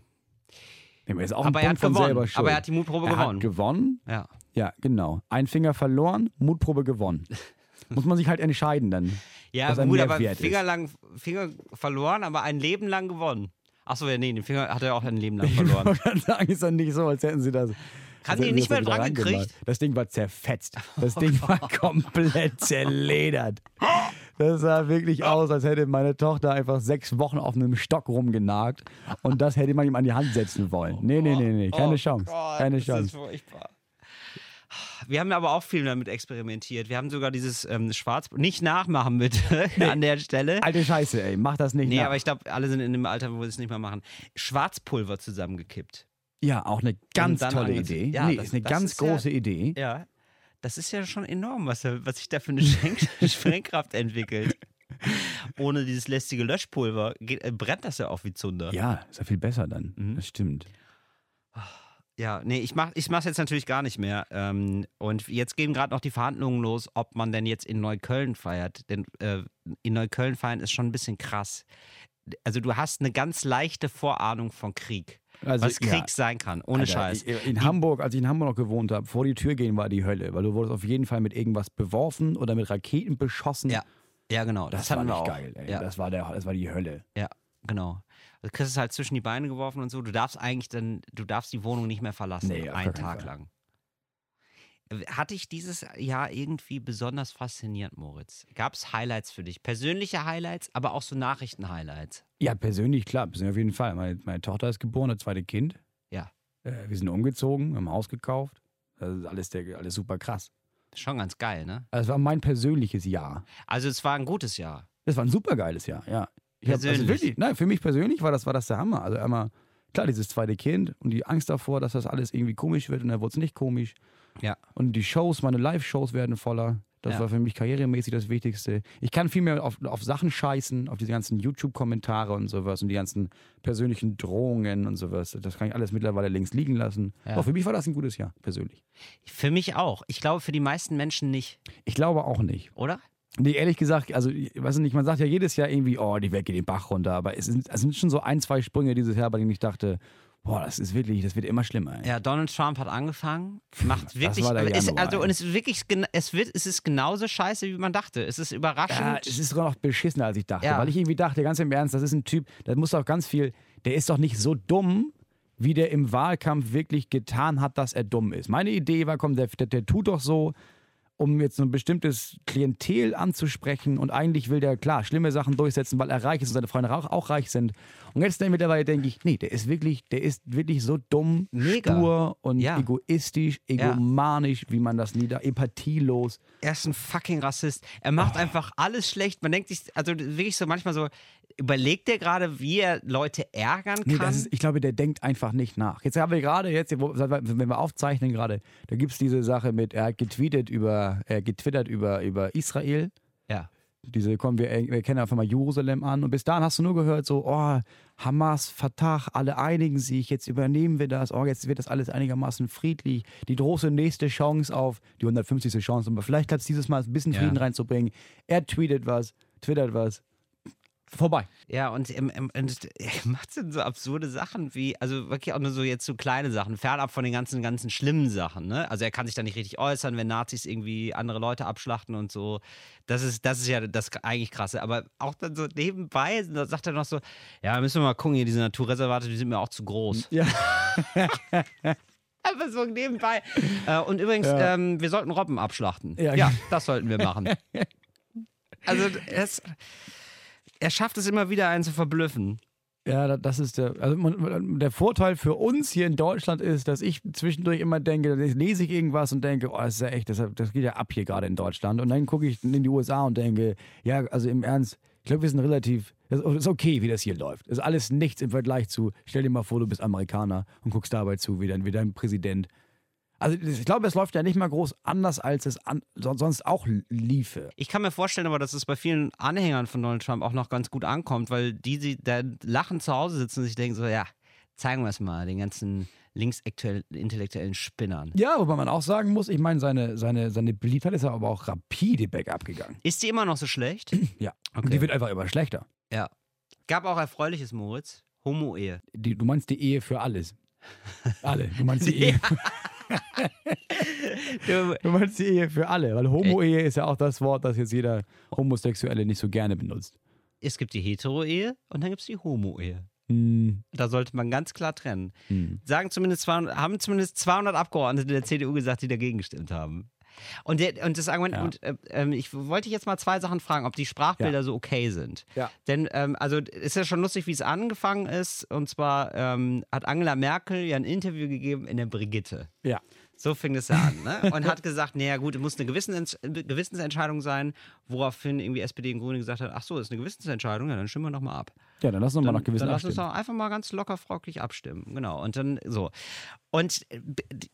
Ich meine, ist auch
Aber
ein
er
Punkt
hat
von
gewonnen.
selber schuld.
Aber er hat die Mutprobe
Er
gewonnen.
Hat gewonnen.
ja.
Ja, genau. Ein Finger verloren,
*laughs*
Mutprobe gewonnen. Muss man sich halt entscheiden dann.
Ja,
was einem
gut,
mehr
aber
wert
Finger
ist.
lang, Finger verloren, aber ein Leben lang gewonnen. Achso, ja, nee, den Finger hat er auch ein
*laughs*
Leben lang verloren.
Ich wollte gerade sagen, ist dann nicht so, als hätten sie das. als
die
hätten sie
nicht
das
mehr
da
dran
reingemacht.
gekriegt?
Das Ding war zerfetzt. Das Ding
*laughs*
war komplett zerledert. Das sah wirklich aus, als hätte meine Tochter einfach sechs Wochen auf einem Stock rumgenagt und das hätte man ihm an die Hand setzen wollen. Nee, nee, nee, nee, keine
Oh
Chance.
Gott,
Keine
ist Das
Chance.
furchtbar. Wir haben aber auch viel damit experimentiert. Wir haben sogar dieses ähm, Schwarz... Nicht nachmachen bitte *laughs* an der Stelle.
Alte Scheiße, ey, mach das nicht.
Nee,
nach.
aber ich glaube, alle sind in dem Alter, wo sie es nicht mehr machen. Schwarzpulver zusammengekippt.
ja, auch eine ganz
dann
tolle
angezogen.
Idee.
Ja,
nee,
das-
ist eine
das
ganz
ist ja-
große Idee.
Ja. Das ist ja schon enorm, was, er, was sich da für eine
*laughs*
*laughs* Spreng Sprengkraft entwickelt. Ohne dieses lästige Löschpulver geht, äh, brennt das ja Mhm. auch wie Zunder.
Ja, ist ja viel besser dann. Das stimmt.
Ja, nee, ich mach, ich mach's jetzt natürlich gar nicht mehr. Ähm, und jetzt gehen gerade noch die Verhandlungen los, ob man denn jetzt in Neukölln feiert. Denn äh, in Neukölln feiern ist schon ein bisschen krass. Also du hast eine ganz leichte Vorahnung von Krieg.
Also,
was Krieg
ja.
sein kann, ohne
Alter,
Scheiß.
i- In Hamburg, als ich in Hamburg noch gewohnt habe, vor die Tür gehen war die Hölle, weil du wurdest auf jeden Fall mit irgendwas beworfen oder mit Raketen beschossen.
ja. ja, genau. Das,
Das, war
hatten wir
nicht
auch.
geil, ey.
Ja.
Das, war der, das war die Hölle.
Ja, genau. Du kriegst es halt zwischen die Beine geworfen und so. Du darfst eigentlich dann, du darfst die Wohnung nicht mehr verlassen,
Nee, auf gar
einen
keinen
Tag
Fall.
lang. Äh, Hat dich dieses Jahr irgendwie besonders fasziniert, Moritz? Gab es Highlights für dich? Persönliche Highlights, aber auch so Nachrichten-Highlights.
Ja, persönlich, klar, persönlich auf jeden Fall. Meine, meine Tochter ist geboren, das zweite Kind.
Ja.
Äh, wir sind umgezogen, haben Haus gekauft. Das ist alles, der, alles super krass. Also,
Ist Schon ganz geil, ne?
Das war mein persönliches Jahr.
Also es war ein gutes Jahr.
Das war ein supergeiles Jahr, ja. Ich hab-
Persönlich.
Also wirklich, nein, für mich persönlich war das, war das der Hammer. Also einmal, klar, dieses zweite Kind und die Angst davor, dass das alles irgendwie komisch wird und dann wurde es nicht komisch.
Ja.
Und die Shows, meine Live-Shows werden voller. Das
Ja.
war für mich karrieremäßig das Wichtigste. Ich kann viel mehr auf, auf Sachen scheißen, auf diese ganzen YouTube-Kommentare und sowas und die ganzen persönlichen Drohungen und sowas. Das kann ich alles mittlerweile links liegen lassen.
Ja.
Aber für mich war das ein gutes Jahr, persönlich.
Für mich auch. Ich glaube, für die meisten Menschen nicht,
Ich glaube auch nicht.
oder?
Nee, ehrlich gesagt, also, ich weiß nicht, man sagt ja jedes Jahr irgendwie, oh, die Welt geht den Bach runter. Aber es sind, es sind schon so ein, zwei Sprünge dieses Jahr, bei denen ich dachte, boah, das ist wirklich, das wird immer schlimmer. Ey.
Ja, Donald Trump hat angefangen, macht wirklich,
war der
aber ist,
Januar,
also
ey.
und es ist wirklich, gen- es wird, es ist genauso scheiße, wie man dachte. Es ist
Ja,
überraschend.
es ist sogar noch beschissener, als ich dachte.
Ja.
Weil ich irgendwie dachte, ganz im Ernst, das ist ein Typ, der muss doch ganz viel, der ist doch nicht so dumm, wie der im Wahlkampf wirklich getan hat, dass er dumm ist. Meine Idee war, komm, der, der, der tut doch so, um jetzt so ein bestimmtes Klientel anzusprechen und eigentlich will der, klar, schlimme Sachen durchsetzen, weil er reich ist und seine Freunde auch, auch reich sind. Und jetzt dann mittlerweile denke ich, nee, der ist wirklich, der ist wirklich so dumm,
Mega.
stur und
Ja.
egoistisch, egomanisch, wie man das nie da, empathielos.
er ist ein fucking Rassist. Er
Ah.
macht einfach alles schlecht. Man denkt sich, also wirklich so manchmal so, überlegt er gerade, wie er Leute ärgern
Nee,
kann?
das ist, ich glaube, der denkt einfach nicht nach. Jetzt haben wir gerade, jetzt, wo, seit wir- wenn wir aufzeichnen gerade, da gibt es diese Sache mit, er hat getweetet über, er hat getwittert über, über Israel.
ja.
Diese kommen, wir, wir kennen einfach mal Jerusalem an. Und bis dahin hast du nur gehört, so, oh, Hamas, Fatah, alle einigen sich, jetzt übernehmen wir das, oh, jetzt wird das alles einigermaßen friedlich. Die große nächste Chance auf, die 150. Chance, aber vielleicht klappt es dieses Mal ein bisschen
Ja.
Frieden reinzubringen. Er tweetet was, twittert was. Vorbei.
Ja, und, ähm, ähm, und er macht dann so absurde Sachen wie, also wirklich auch nur so jetzt so kleine Sachen, fernab von den ganzen, ganzen schlimmen Sachen, ne? Also er kann sich da nicht richtig äußern, wenn Nazis irgendwie andere Leute abschlachten und so. Das ist, das ist ja das eigentlich krasse. Aber auch dann so nebenbei da sagt er noch so, ja, müssen wir mal gucken, hier diese Naturreservate, die sind mir auch zu groß.
Ja.
Einfach so nebenbei. Äh, und übrigens, ähm, wir sollten Robben abschlachten. Ja,
Ja.
das sollten wir machen. Also es, er schafft es immer wieder, einen zu verblüffen.
Ja, da- das ist der. Also man- man- der Vorteil für uns hier in Deutschland ist, dass ich zwischendurch immer denke, dann lese ich irgendwas und denke, oh, das ist ja echt, das, das geht ja ab hier gerade in Deutschland. Und dann gucke ich in die USA und denke, ja, also im Ernst, ich glaube, wir sind relativ. Das ist okay, wie das hier läuft. Das ist alles nichts im Vergleich zu, stell dir mal vor, du bist Amerikaner und guckst dabei zu, wie dein, wie dein Präsident. Also ich glaube, es läuft ja nicht mal groß anders, als es an, son- sonst auch liefe.
Ich kann mir vorstellen, aber dass es bei vielen Anhängern von Donald Trump auch noch ganz gut ankommt, weil die, die da lachend zu Hause sitzen und sich denken so, ja, zeigen wir es mal, den ganzen linksintellektuellen Spinnern.
Ja, wobei man auch sagen muss, ich meine, seine, seine, seine Beliebtheit ist aber auch rapide bergab gegangen.
Ist die immer noch so schlecht?
Ja.
Okay.
Die wird einfach immer schlechter.
ja. Gab auch Erfreuliches, Moritz. Homo-Ehe.
Die, du meinst die Ehe für
*laughs*
alles. Alle. Du meinst die Ehe. Du meinst die Ehe für alle, weil Homo-Ehe ist ja auch das Wort, das jetzt jeder Homosexuelle nicht so gerne benutzt.
Es gibt die Hetero-Ehe und dann gibt es die Homo-Ehe.
Hm,
Da sollte man ganz klar trennen.
hm.
Sagen zumindest 200, haben zumindest 200 Abgeordnete der CDU gesagt, die dagegen gestimmt haben. Und, der, und das Argument,
Ja.
und, äh, ähm, ich wollte dich jetzt mal zwei Sachen fragen, ob die Sprachbilder
Ja.
so okay sind.
Ja.
Denn, ähm, also ist ja schon lustig, wie es angefangen ist. Und zwar ähm, hat Angela Merkel ja ein Interview gegeben in der Brigitte.
Ja.
So fing es ja an. Ne?
*laughs*
Und hat gesagt, naja gut, es muss eine Gewissensent Gewissensentscheidung sein, woraufhin irgendwie SPD und Grüne gesagt hat, ach so, ist eine Gewissensentscheidung, ja, dann stimmen wir nochmal ab.
Ja, dann lass uns mal nach gewissen
Dann lass uns
abstimmen.
doch einfach mal ganz locker frockig abstimmen. Genau. Und dann so. Und äh,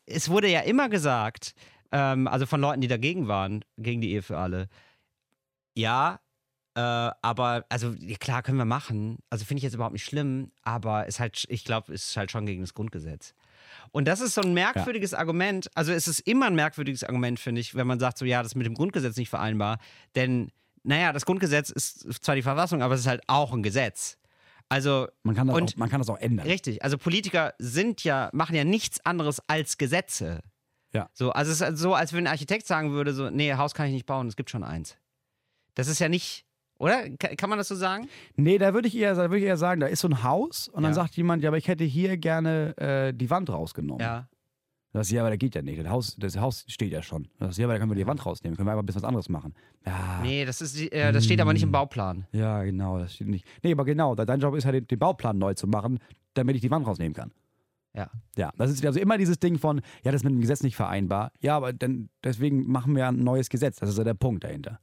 es wurde ja immer gesagt, ähm, also von Leuten, die dagegen waren, gegen die Ehe für alle, ja, äh, aber, also ja, klar, können wir machen. Also finde ich jetzt überhaupt nicht schlimm, aber ist halt, ich glaube, es ist halt schon gegen das Grundgesetz. Und das ist so ein merkwürdiges Argument. Also es ist immer ein merkwürdiges Argument, finde ich, wenn man sagt, so ja, das ist mit dem Grundgesetz nicht vereinbar. Denn, naja, das Grundgesetz ist zwar die Verfassung, aber es ist halt auch ein Gesetz. Also,
Man kann, das
Und-
auch, man kann das auch ändern.
richtig, also Politiker sind ja, machen ja nichts anderes als Gesetze.
Ja.
So, also es ist so, als wenn ein Architekt sagen würde, so, nee, Haus kann ich nicht bauen, es gibt schon eins. Das ist ja nicht, oder? Ka- kann man das so sagen?
Nee, da würde ich, eher- da würd ich eher sagen, da ist so ein Haus und dann
Ja.
sagt jemand, ja, aber ich hätte hier gerne äh, die Wand rausgenommen.
Ja.
Das, ja, aber da geht ja nicht. Das Haus, das Haus steht ja schon. Das, ja, aber da können wir die Wand rausnehmen, können wir einfach ein bisschen was anderes machen. Ja.
Nee, das ist, die- äh, das steht aber nicht
Mm.
im Bauplan.
Ja, genau, das steht nicht. Nee, aber genau, dein Job ist halt, den- den Bauplan neu zu machen, damit ich die Wand rausnehmen kann.
Ja.
Ja, das ist also immer dieses Ding von, ja, das ist mit dem Gesetz nicht vereinbar. Ja, aber dann, deswegen machen wir ein neues Gesetz. Das ist ja der Punkt dahinter.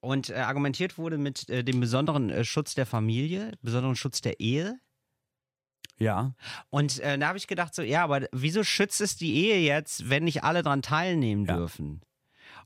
Und äh, argumentiert wurde mit äh, dem besonderen äh, Schutz der Familie, besonderen Schutz der Ehe.
Ja.
Und äh, da habe ich gedacht, so, ja, aber wieso schützt es die Ehe jetzt, wenn nicht alle dran teilnehmen
Ja.
dürfen?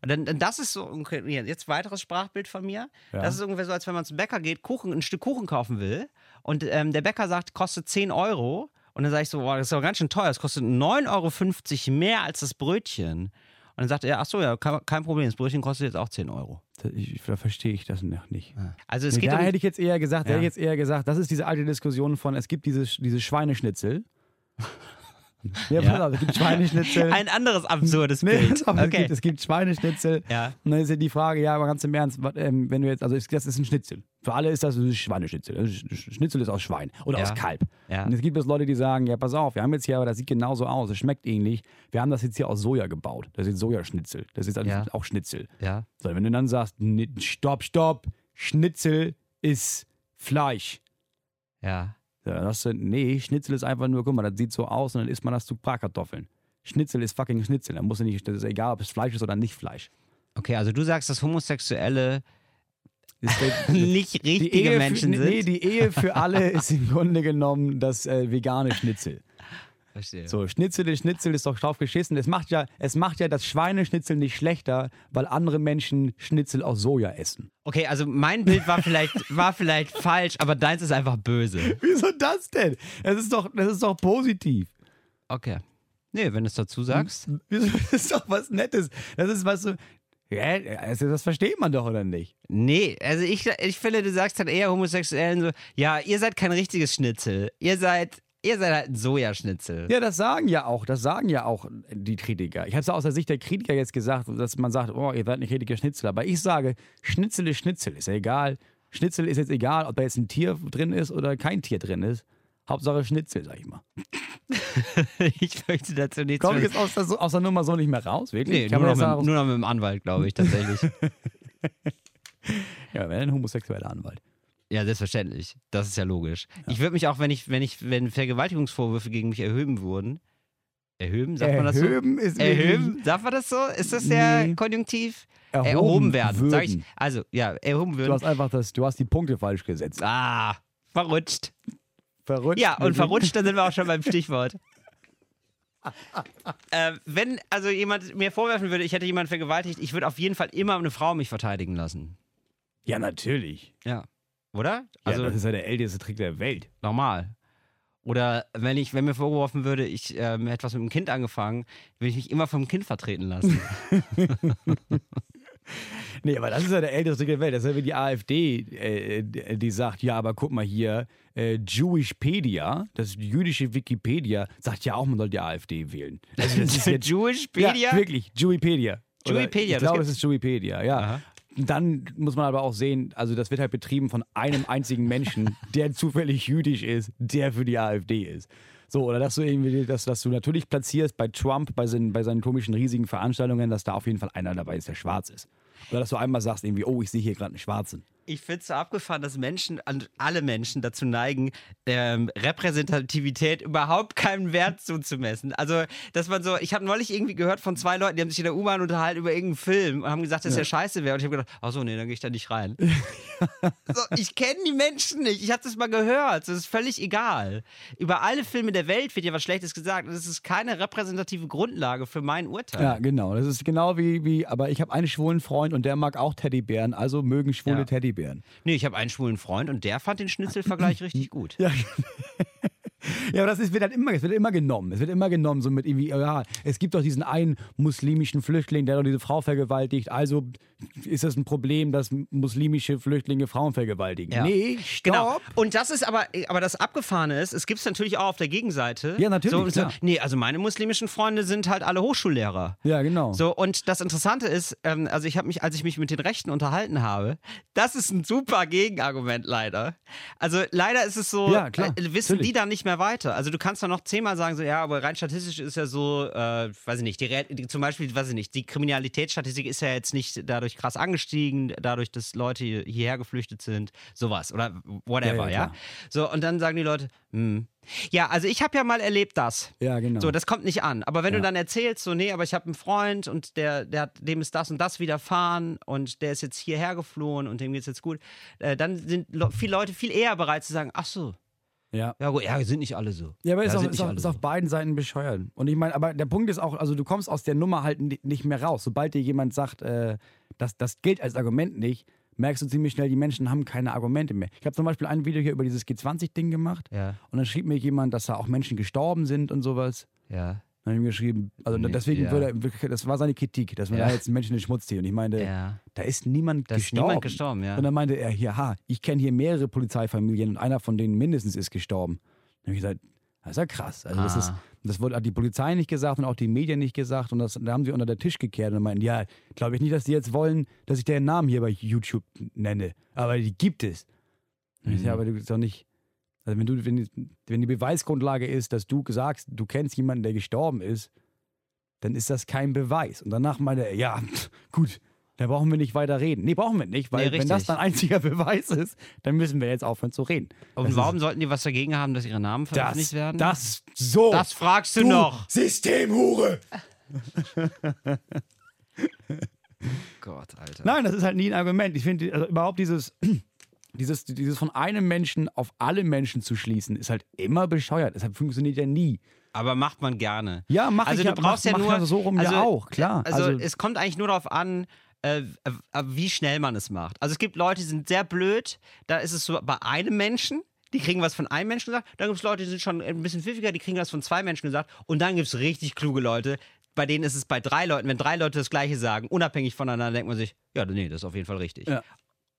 Und dann, dann das ist so, okay, hier, jetzt weiteres Sprachbild von mir.
Ja.
Das ist ungefähr so, als wenn man zum Bäcker geht, Kuchen, ein Stück Kuchen kaufen will. Und ähm, der Bäcker sagt, kostet 10 Euro. Und dann sage ich so, boah, das ist doch ganz schön teuer. Das kostet 9,50 Euro mehr als das Brötchen. Und dann sagt er, ach so, ja, kein, kein Problem, das Brötchen kostet jetzt auch 10 Euro.
Da, ich, da verstehe ich das noch nicht.
Also es
Nee,
geht
da
um,
hätte ich jetzt eher gesagt, da
Ja.
hätte ich jetzt eher gesagt, das ist diese alte Diskussion von, es gibt diese, diese Schweineschnitzel.
*laughs*
ja,
Ja.
pass auf, es
*laughs*
gibt Schweineschnitzel.
ein anderes absurdes
Nee,
Bild.
*laughs* aber es,
Okay.
gibt, es gibt Schweineschnitzel.
Ja.
Und dann ist ja die Frage, ja, aber ganz im Ernst, was, ähm, wenn du jetzt, also ist, das ist ein Schnitzel. Für alle ist das ein Schweineschnitzel. Also Sch- Sch- Schnitzel ist aus Schwein oder
Ja.
aus Kalb.
Ja.
Und es gibt es Leute, die sagen, ja, pass auf, wir haben jetzt hier, aber das sieht genauso aus, es schmeckt ähnlich. Wir haben das jetzt hier aus Soja gebaut. Das ist Sojaschnitzel. Das ist alles
Ja.
auch Schnitzel.
Ja.
So, wenn du dann sagst, nee, stopp, stopp, Schnitzel ist Fleisch.
Ja.
Ja, dann sagst du, nee, Schnitzel ist einfach nur, guck mal, das sieht so aus und dann isst man das zu Bratkartoffeln. Schnitzel ist fucking Schnitzel. Da muss du nicht, das ist egal, ob es Fleisch ist oder nicht Fleisch.
Okay, also du sagst, dass Homosexuelle
Ist
*laughs*
der-
nicht
die
richtige
Ehe für,
Menschen
nee,
sind.
Nee, die Ehe für alle ist im Grunde genommen das äh, vegane Schnitzel.
Verstehe.
So, Schnitzel ist Schnitzel, ist doch drauf geschissen. Es macht, ja, es macht ja das Schweineschnitzel nicht schlechter, weil andere Menschen Schnitzel aus Soja essen.
Okay, also mein Bild war vielleicht, war vielleicht falsch, aber deins ist einfach böse.
Wieso das denn? Das ist doch, das ist doch positiv.
Okay. Nee, wenn du es dazu sagst.
Wieso- *laughs* Das ist doch was Nettes. Das ist was so. Ja, also das versteht man doch, oder nicht?
Nee, also ich, ich finde, du sagst dann eher Homosexuellen so, ja, ihr seid kein richtiges Schnitzel. Ihr seid, ihr seid halt ein Sojaschnitzel.
Ja, das sagen ja auch, das sagen ja auch äh, die Kritiker. Ich habe es ja aus der Sicht der Kritiker jetzt gesagt, dass man sagt, oh, ihr seid nicht richtiger Schnitzel. Aber ich sage, Schnitzel ist Schnitzel, ist ja egal. Schnitzel ist jetzt egal, ob da jetzt ein Tier drin ist oder kein Tier drin ist. Hauptsache Schnitzel, sag ich mal.
*laughs* Ich möchte dazu nichts
Komm ich
mehr-
jetzt aus der, so- aus der Nummer so nicht mehr raus, wirklich?
Nee,
Kann
nur
man
noch,
das
mit,
sagen?
nur noch mit dem Anwalt, glaube ich,
*laughs*
tatsächlich.
Ja, wenn ein homosexueller Anwalt.
ja, selbstverständlich. Das ist ja logisch. Ich würde mich auch, wenn ich, wenn ich, wenn Vergewaltigungsvorwürfe gegen mich erhöben wurden. Erhöben, sagt man das so?
Erhöben ist
Erhöben, sagt man das so? Ist das der
Nee.
Konjunktiv?
Erhoben
erhoben werden, sag ich.
würden.
Also, ja, erhoben
Du
würden.
hast einfach das, du hast die Punkte falsch gesetzt.
Ah, verrutscht.
Verrutscht.
Ja, und verrutscht, dann sind wir auch schon beim Stichwort.
*laughs*
äh, wenn also jemand mir vorwerfen würde, ich hätte jemanden vergewaltigt, ich würde auf jeden Fall immer eine Frau mich verteidigen lassen.
Ja, natürlich.
Ja. Oder?
Ja,
Also
das ist ja der älteste Trick der Welt.
normal. Oder wenn ich, wenn mir vorgeworfen würde, ich ähm, hätte was mit dem Kind angefangen, würde ich mich immer vom Kind vertreten
*laughs*
lassen.
Nee, aber das ist ja der älteste Krieg der Welt. Das ist ja wie die AfD, äh, die sagt, ja, aber guck mal hier, äh, Jewishpedia, das jüdische Wikipedia, sagt ja auch, man soll die AfD wählen. Also das ist jetzt,
Jewishpedia?
Ja, wirklich, Jewipedia. Oder
Jewipedia,
Ich
das
glaube,
gibt's.
es ist Jewipedia,
Aha.
ja. Und Dann muss man aber auch sehen, also das wird halt betrieben von einem einzigen *laughs* Menschen, der zufällig jüdisch ist, der für die AfD ist. So, oder dass du irgendwie, dass, dass du natürlich platzierst bei Trump, bei seinen, bei seinen komischen riesigen Veranstaltungen, dass da auf jeden Fall einer dabei ist, der schwarz ist. Oder dass du einmal sagst, irgendwie, oh, ich sehe hier gerade einen Schwarzen.
Ich finde es so abgefahren, dass Menschen, an- alle Menschen dazu neigen, ähm, Repräsentativität überhaupt keinen Wert zuzumessen. Also, dass man so, ich habe neulich irgendwie gehört von zwei Leuten, die haben sich in der U-Bahn unterhalten über irgendeinen Film und haben gesagt, dass der scheiße wäre. Und ich habe gedacht, ach so, nee, dann gehe ich da nicht rein. so, ich kenne die Menschen nicht. Ich habe das mal gehört. Das ist völlig egal. Über alle Filme der Welt wird ja was Schlechtes gesagt. Und das ist keine repräsentative Grundlage für mein Urteil.
Ja, genau. Das ist genau wie, wie aber ich habe einen schwulen Freund und der mag auch Teddybären, also mögen schwule
Ja.
Teddybären.
Nee, ich habe einen schwulen Freund und der fand den Schnitzelvergleich richtig gut.
Ja. genau. *laughs* Ja, aber das ist, wird halt immer, es wird immer genommen. Es wird immer genommen, so mit irgendwie, oh ja, es gibt doch diesen einen muslimischen Flüchtling, der doch diese Frau vergewaltigt. Also ist das ein Problem, dass muslimische Flüchtlinge Frauen vergewaltigen?
Ja.
Nee, stopp.
Genau. Und das ist aber, äh, aber das Abgefahrene ist, es gibt es natürlich auch auf der Gegenseite.
Ja, natürlich,
So, so,
klar.
nee, also meine muslimischen Freunde sind halt alle Hochschullehrer.
Ja, genau.
So, und das Interessante ist, ähm, also ich habe mich, als ich mich mit den Rechten unterhalten habe, das ist ein super Gegenargument leider. Also leider ist es so,
Ja, klar,
äh, wissen die
natürlich.
dann nicht mehr mehr weiter. Also du kannst dann noch zehnmal sagen, so ja, aber rein statistisch ist ja so, äh, weiß ich nicht, die, Re- die, zum Beispiel, weiß ich nicht, die Kriminalitätsstatistik ist ja jetzt nicht dadurch krass angestiegen, dadurch, dass Leute hierher geflüchtet sind, sowas oder
Ja, ja,
whatever, ja.
klar.
So, und dann sagen die Leute, hm. Ja, also ich habe ja mal erlebt das.
Ja, genau.
So, das kommt nicht an. Aber wenn du dann erzählst, so, nee, aber ich habe einen Freund und der, der hat, dem ist das und das widerfahren und der ist jetzt hierher geflohen und dem geht's jetzt gut, äh, dann sind Le viele Leute viel eher bereit zu sagen, ach so,
ja.
ja gut, ja, sind nicht alle so.
Ja, aber ist,
ja,
auf,
sind
ist,
nicht
auf,
alle
ist
so.
auf beiden Seiten bescheuert. Und ich meine, aber der Punkt ist auch, also du kommst aus der Nummer halt ni- nicht mehr raus. Sobald dir jemand sagt, äh, das, das gilt als Argument nicht, merkst du ziemlich schnell, die Menschen haben keine Argumente mehr. Ich habe zum Beispiel ein Video hier über dieses G20-Ding gemacht
Ja,
und dann schrieb mir jemand, dass da auch Menschen gestorben sind und sowas.
ja,
Dann habe ich ihm geschrieben, also
Nee,
deswegen
ja.
würde er, das war seine Kritik, dass man
Ja.
da jetzt Menschen in den Schmutz zieht. Und ich meinte,
ja.
da ist niemand
Da ist
gestorben.
niemand gestorben, ja.
Und dann meinte er hier, ha, ich kenne hier mehrere Polizeifamilien und einer von denen mindestens ist gestorben. Dann habe ich gesagt, das ist ja krass. Also das
Ah.
ist, das wurde hat die Polizei nicht gesagt und auch die Medien nicht gesagt und das da haben sie unter den Tisch gekehrt und meinten, ja, glaube ich nicht, dass die jetzt wollen, dass ich deren Namen hier bei YouTube nenne. Aber die gibt es. Dann hab ich gesagt, Ja, aber du bist doch nicht. Also wenn du, wenn, die- wenn die Beweisgrundlage ist, dass du sagst, du kennst jemanden, der gestorben ist, dann ist das kein Beweis. Und danach meinte er, ja, *laughs* pff, gut, da brauchen wir nicht weiter reden. Nee, brauchen wir nicht, weil
Nee,
wenn das
richtig.
dein einziger *laughs* Beweis ist, dann müssen wir jetzt aufhören zu reden.
Und warum sollten die was dagegen haben, dass ihre Namen veröffentlicht
Das,
werden?
das, so.
Das fragst du, noch.
Systemhure.
*laughs* Gott, Alter.
Nein, das ist halt nie ein Argument. Ich finde also überhaupt dieses, *clears throat* dieses, dieses von einem Menschen auf alle Menschen zu schließen, ist halt immer bescheuert. Deshalb funktioniert ja nie.
Aber macht man gerne.
Ja, mach
also
ich ja-
du brauchst
mach-
ja
mach
nur
ja so rum ja auch, klar.
Also,
Also-
es kommt eigentlich nur darauf an, äh, äh, wie schnell man es macht. Also es gibt Leute, die sind sehr blöd. Da ist es so bei einem Menschen. Die kriegen was von einem Menschen gesagt. Dann gibt es Leute, die sind schon ein bisschen pfiffiger. Die kriegen das von zwei Menschen gesagt. Und dann gibt es richtig kluge Leute. Bei denen ist es bei drei Leuten, wenn drei Leute das Gleiche sagen, unabhängig voneinander, denkt man sich, ja, nee, das ist auf jeden Fall richtig.
Ja.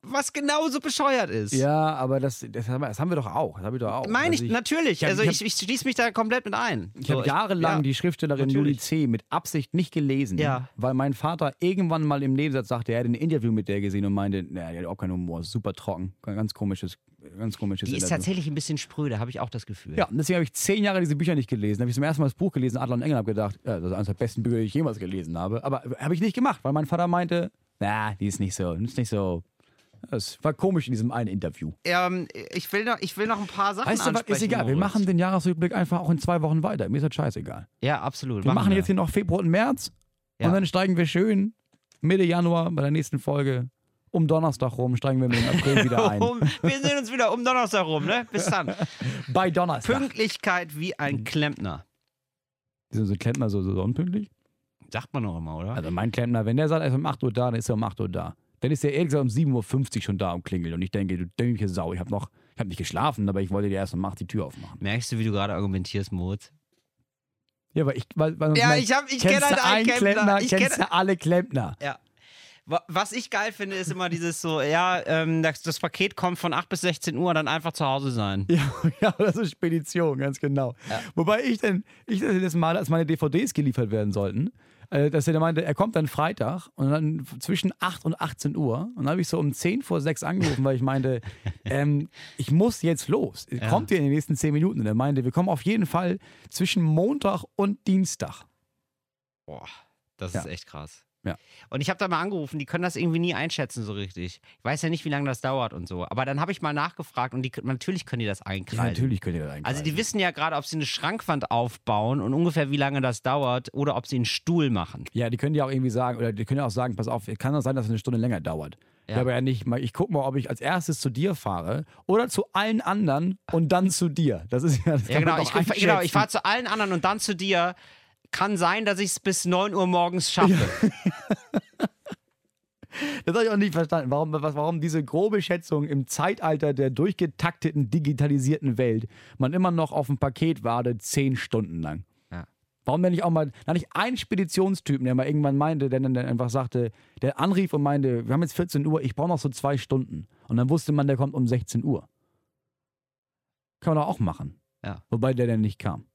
Was genauso bescheuert ist.
Ja, aber das, das, haben, wir, das haben wir doch auch. Das hab ich doch auch.
Meine ich,
Also
natürlich.
ich hab-
also
ich
ich,
hab-
ich, schließe mich da komplett mit ein.
Ich habe jahrelang die Schriftstellerin Julie
natürlich.
C. mit Absicht nicht gelesen,
Ja.
weil mein Vater irgendwann mal im Nebensatz sagte, er hätte ein Interview mit der gesehen und meinte, naja, die hat auch keinen Humor, super trocken, ganz komisches, ganz komisches
Die ist halt
Interview.
tatsächlich ein bisschen spröde, habe ich auch das Gefühl.
Ja, und deswegen habe ich zehn Jahre diese Bücher nicht gelesen. Da habe ich zum ersten Mal das Buch gelesen, Adler und Engel, habe gedacht, ja, das ist eines der besten Bücher, die ich jemals gelesen habe. Aber äh, habe ich nicht gemacht, weil mein Vater meinte, na, die ist nicht so, die ist nicht so. Das war komisch in diesem einen Interview.
Ähm, ich, will noch, ich will noch ein paar Sachen
Weißt du was,
ansprechen.
ist egal. Wir
Moritz.
machen den Jahresrückblick einfach auch in zwei Wochen weiter. Mir ist das scheißegal.
Ja, absolut.
Wir machen jetzt hier noch Februar und März
Ja.
und dann steigen wir schön Mitte Januar bei der nächsten Folge um Donnerstag rum, steigen wir mit dem
*laughs*
April wieder ein.
um, wir sehen uns wieder um Donnerstag rum, ne? Bis
*laughs*
dann.
bei Donnerstag.
Pünktlichkeit wie
Mhm.
ein Klempner.
Sind so Klempner so, so unpünktlich?
Sagt man noch immer, oder?
Also mein Klempner, wenn der sagt, er ist um 8 Uhr da, dann ist er um 8 Uhr da. Dann ist er ehrlich gesagt um 7.50 Uhr schon da und klingelt. Und ich denke, du dämliche Sau, ich habe noch, ich habe nicht geschlafen, aber ich wollte dir erst um 8 die Tür aufmachen.
Merkst du, wie du gerade argumentierst, Moritz?
Ja, weil ich, weil, weil
Ja,
mein-
ich hab- ich
kennst
kenn halt
du
einen Klempner. Ich
kennst
kenn-
du alle Klempner.
Ja. Wa- Was ich geil finde, ist immer dieses so, ja, ähm, das, das Paket kommt von 8 bis 16 Uhr, dann einfach zu Hause sein.
*laughs* Ja, ja, das ist Spedition, ganz genau. Wobei ich dann, ich das letzte Mal, als meine DVDs geliefert werden sollten, äh, dass er dann meinte, er kommt dann Freitag und dann zwischen 8 und 18 Uhr. Und dann habe ich so um 10 vor 6 angerufen, weil
*laughs*
ich meinte, ähm, ich muss jetzt los. Kommt ihr in den nächsten 10 Minuten? Und er meinte, wir kommen auf jeden Fall zwischen Montag und Dienstag.
Boah, das
Ja.
ist echt krass.
Ja.
Und ich habe da mal angerufen, die können das irgendwie nie einschätzen so richtig. Ich weiß ja nicht, wie lange das dauert und so. Aber dann habe ich mal nachgefragt und die, natürlich können die das einkreisen.
könnt ihr das eigentlich.
Also die wissen ja gerade, ob sie eine Schrankwand aufbauen und ungefähr wie lange das dauert oder ob sie einen Stuhl machen.
Ja, die können ja auch irgendwie sagen, oder die können ja auch sagen, pass auf, kann doch sein, dass es eine Stunde länger dauert.
Ja.
Ja. Aber ja nicht, mal- ich guck mal, ob ich als erstes zu dir fahre oder zu allen anderen und dann zu dir. Das ist ja das
Ja,
kann
genau.
man
Ich,
doch
genau, ich
einschätzen.
fahre zu allen anderen und dann zu dir. Kann sein, dass ich es bis 9 Uhr morgens schaffe. *laughs*
Das habe ich auch nicht verstanden, warum, was, warum diese grobe Schätzung im Zeitalter der durchgetakteten, digitalisierten Welt man immer noch auf ein Paket wartet, zehn Stunden lang.
Ja.
Warum denn nicht auch mal, na nicht einen Speditionstypen, der mal irgendwann meinte, der dann dann einfach sagte, der anrief und meinte, wir haben jetzt 14 Uhr, ich brauche noch so zwei Stunden. Und dann wusste man, der kommt um 16 Uhr. Kann man doch auch machen.
Ja.
Wobei der dann nicht kam.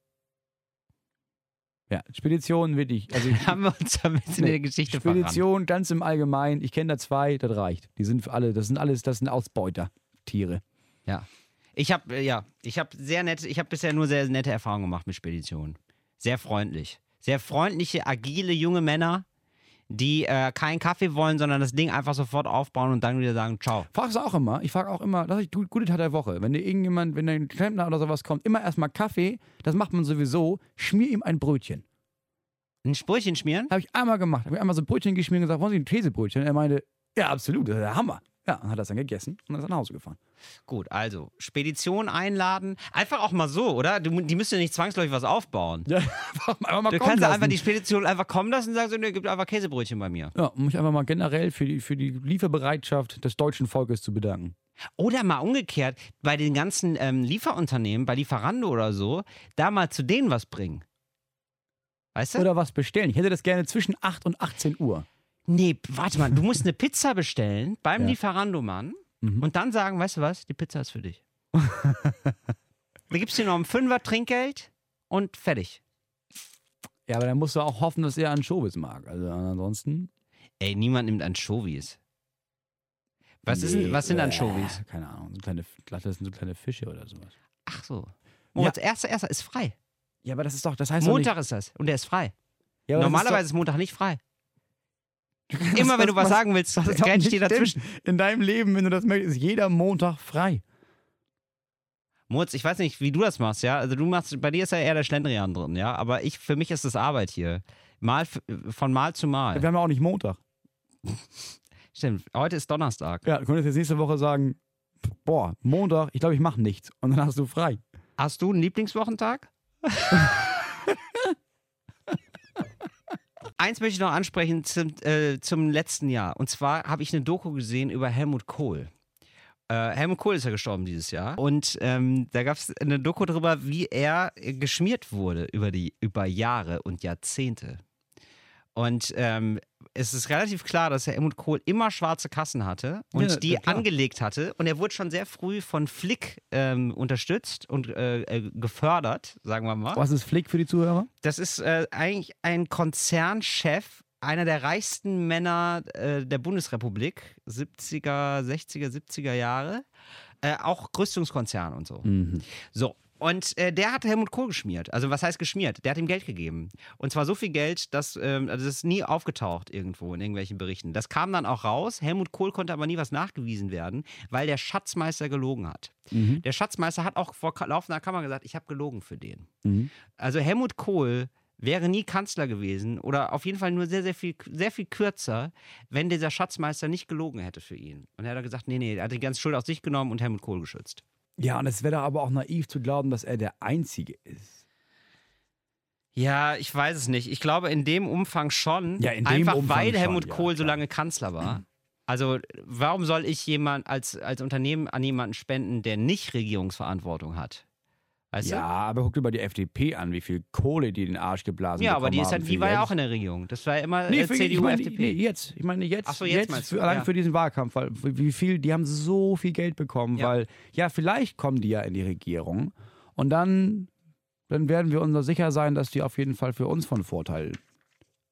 Ja, Speditionen wirklich.
*laughs*
Also ich,
Haben wir uns damit in der Geschichte verrannt.
Spedition ganz im Allgemeinen. Ich kenne da zwei, das reicht. Die sind für alle, das sind alles, das sind Ausbeutertiere.
Ja. Ich habe ja, ich habe sehr nette, ich habe bisher nur sehr nette Erfahrungen gemacht mit Speditionen. Sehr freundlich, sehr freundliche, agile junge Männer, die äh, keinen Kaffee wollen, sondern das Ding einfach sofort aufbauen und dann wieder sagen Ciao.
Frag's auch immer. Ich frage auch immer, das ist gut, gute Teil der Woche. Wenn dir irgendjemand, wenn dein Klempner oder sowas kommt, immer erstmal Kaffee, das macht man sowieso, schmier ihm ein Brötchen.
Ein Sprüchchen schmieren?
Habe ich einmal gemacht. Habe ich einmal so ein Brötchen geschmiert und gesagt, wollen Sie ein Käsebrötchen? Er meinte, ja, absolut, das ist der Hammer. Ja, und hat das dann gegessen und dann ist er nach
*laughs*
Hause gefahren.
Gut, also Spedition einladen, einfach auch mal so, oder? Du, die müssen ja nicht zwangsläufig was aufbauen.
Ja, einfach mal, einfach mal
Du
kommen
kannst ja einfach
lassen.
die Spedition einfach kommen lassen und sagen so, ne, gibt einfach Käsebrötchen bei mir.
Ja, um mich einfach mal generell für die, für die Lieferbereitschaft des deutschen Volkes zu bedanken.
Oder mal umgekehrt, bei den ganzen ähm, Lieferunternehmen, bei Lieferando oder so, da mal zu denen was bringen. Weißt du?
Oder was bestellen. Ich hätte das gerne zwischen 8 und 18 Uhr.
nee, warte mal, du musst eine Pizza bestellen beim
Ja. Mhm.
Lieferando-Mann und dann sagen, weißt du was, die Pizza ist für
*laughs*
dich. da gibst du dir noch ein Fünfer Trinkgeld und fertig.
Ja, aber dann musst du auch hoffen, dass er Anchovis mag. Also ansonsten.
Ey, niemand nimmt Anchovies. Was, ist, denn- was sind
äh,
Anchovies?
Keine Ahnung, so kleine, das sind so kleine Fische oder sowas.
Ach so. Moritz, erster, erster ist frei.
Ja, aber das ist doch, das heißt
Montag ist das und der ist frei.
Nicht, ja, aber das ist
Normalerweise ist, Montag nicht
*laughs*
frei. Immer wenn du was,
was-
sagen willst,
doch,
das
*laughs* doch
Geld
nicht
steht
stimmt.
dazwischen.
In deinem Leben, wenn du das möchtest, ist jeder Montag frei.
Moritz, ich weiß nicht, wie du das machst, ja. Also du machst, bei dir ist ja eher der Schlendrian drin, ja. Aber ich, für mich ist das Arbeit hier. Mal f- von Mal zu
Wir
Mal.
haben ja auch nicht Montag.
Stimmt. Heute ist Donnerstag.
Ja, du könntest jetzt nächste Woche sagen, boah, Montag, ich glaube, ich mache nichts. Und dann hast du frei.
Hast du einen Lieblingswochentag? *laughs* Eins möchte ich noch ansprechen zum, äh, zum letzten Jahr. Und zwar habe ich eine Doku gesehen über Helmut Kohl. Äh, Helmut Kohl ist ja gestorben dieses Jahr. Und ähm, da gab es eine Doku darüber, wie er äh, geschmiert wurde über, die, über Jahre und Jahrzehnte. Und ähm, es ist relativ klar, dass Helmut Kohl immer schwarze Kassen hatte und
Ja,
die
ja, klar.
angelegt hatte. Und er wurde schon sehr früh von Flick ähm, unterstützt und äh, äh, gefördert, sagen wir mal.
Was ist Flick für die Zuhörer?
Das ist äh, eigentlich ein Konzernchef, einer der reichsten Männer äh, der Bundesrepublik, 70er, 60er, 70er Jahre. Äh, auch Rüstungskonzern und so. So. Und äh, der hat Helmut Kohl geschmiert. Also was heißt geschmiert? Der hat ihm Geld gegeben. Und zwar so viel Geld, dass ähm, also das ist nie aufgetaucht irgendwo in irgendwelchen Berichten. Das kam dann auch raus. Helmut Kohl konnte aber nie was nachgewiesen werden, weil der Schatzmeister gelogen hat. Der Schatzmeister hat auch vor ka- laufender Kamera gesagt, ich habe gelogen für den. Also Helmut Kohl wäre nie Kanzler gewesen oder auf jeden Fall nur sehr, sehr viel, sehr viel kürzer, wenn dieser Schatzmeister nicht gelogen hätte für ihn. Und er hat gesagt, nee, nee, er hat die ganze Schuld auf sich genommen und Helmut Kohl geschützt.
Ja, und es wäre doch aber auch naiv zu glauben, dass er der Einzige ist.
Ja, ich weiß es nicht. Ich glaube in dem Umfang schon,
Ja, in dem
einfach
Umfang
weil
schon,
Helmut
ja,
Kohl so
klar.
lange Kanzler war. Also warum soll ich jemand als, als Unternehmen an jemanden spenden, der nicht Regierungsverantwortung hat? Weißt
ja, aber guck dir mal die FDP an, wie viel Kohle die in den Arsch geblasen
du? Ja, aber
bekommen
die, ist
haben
halt, die
für
war ja
jetzt.
auch in der Regierung. Das war ja immer
Nee,
äh,
für,
CDU,
ich meine,
FDP.
Nee, jetzt. Ich meine, jetzt.
Ach so, jetzt meinst du,
für, allein
ja.
für diesen Wahlkampf, weil wie wie viel, die haben so viel Geld bekommen,
Ja.
weil, ja, vielleicht kommen die ja in die Regierung und dann, dann werden wir uns sicher sein, dass die auf jeden Fall für uns von Vorteil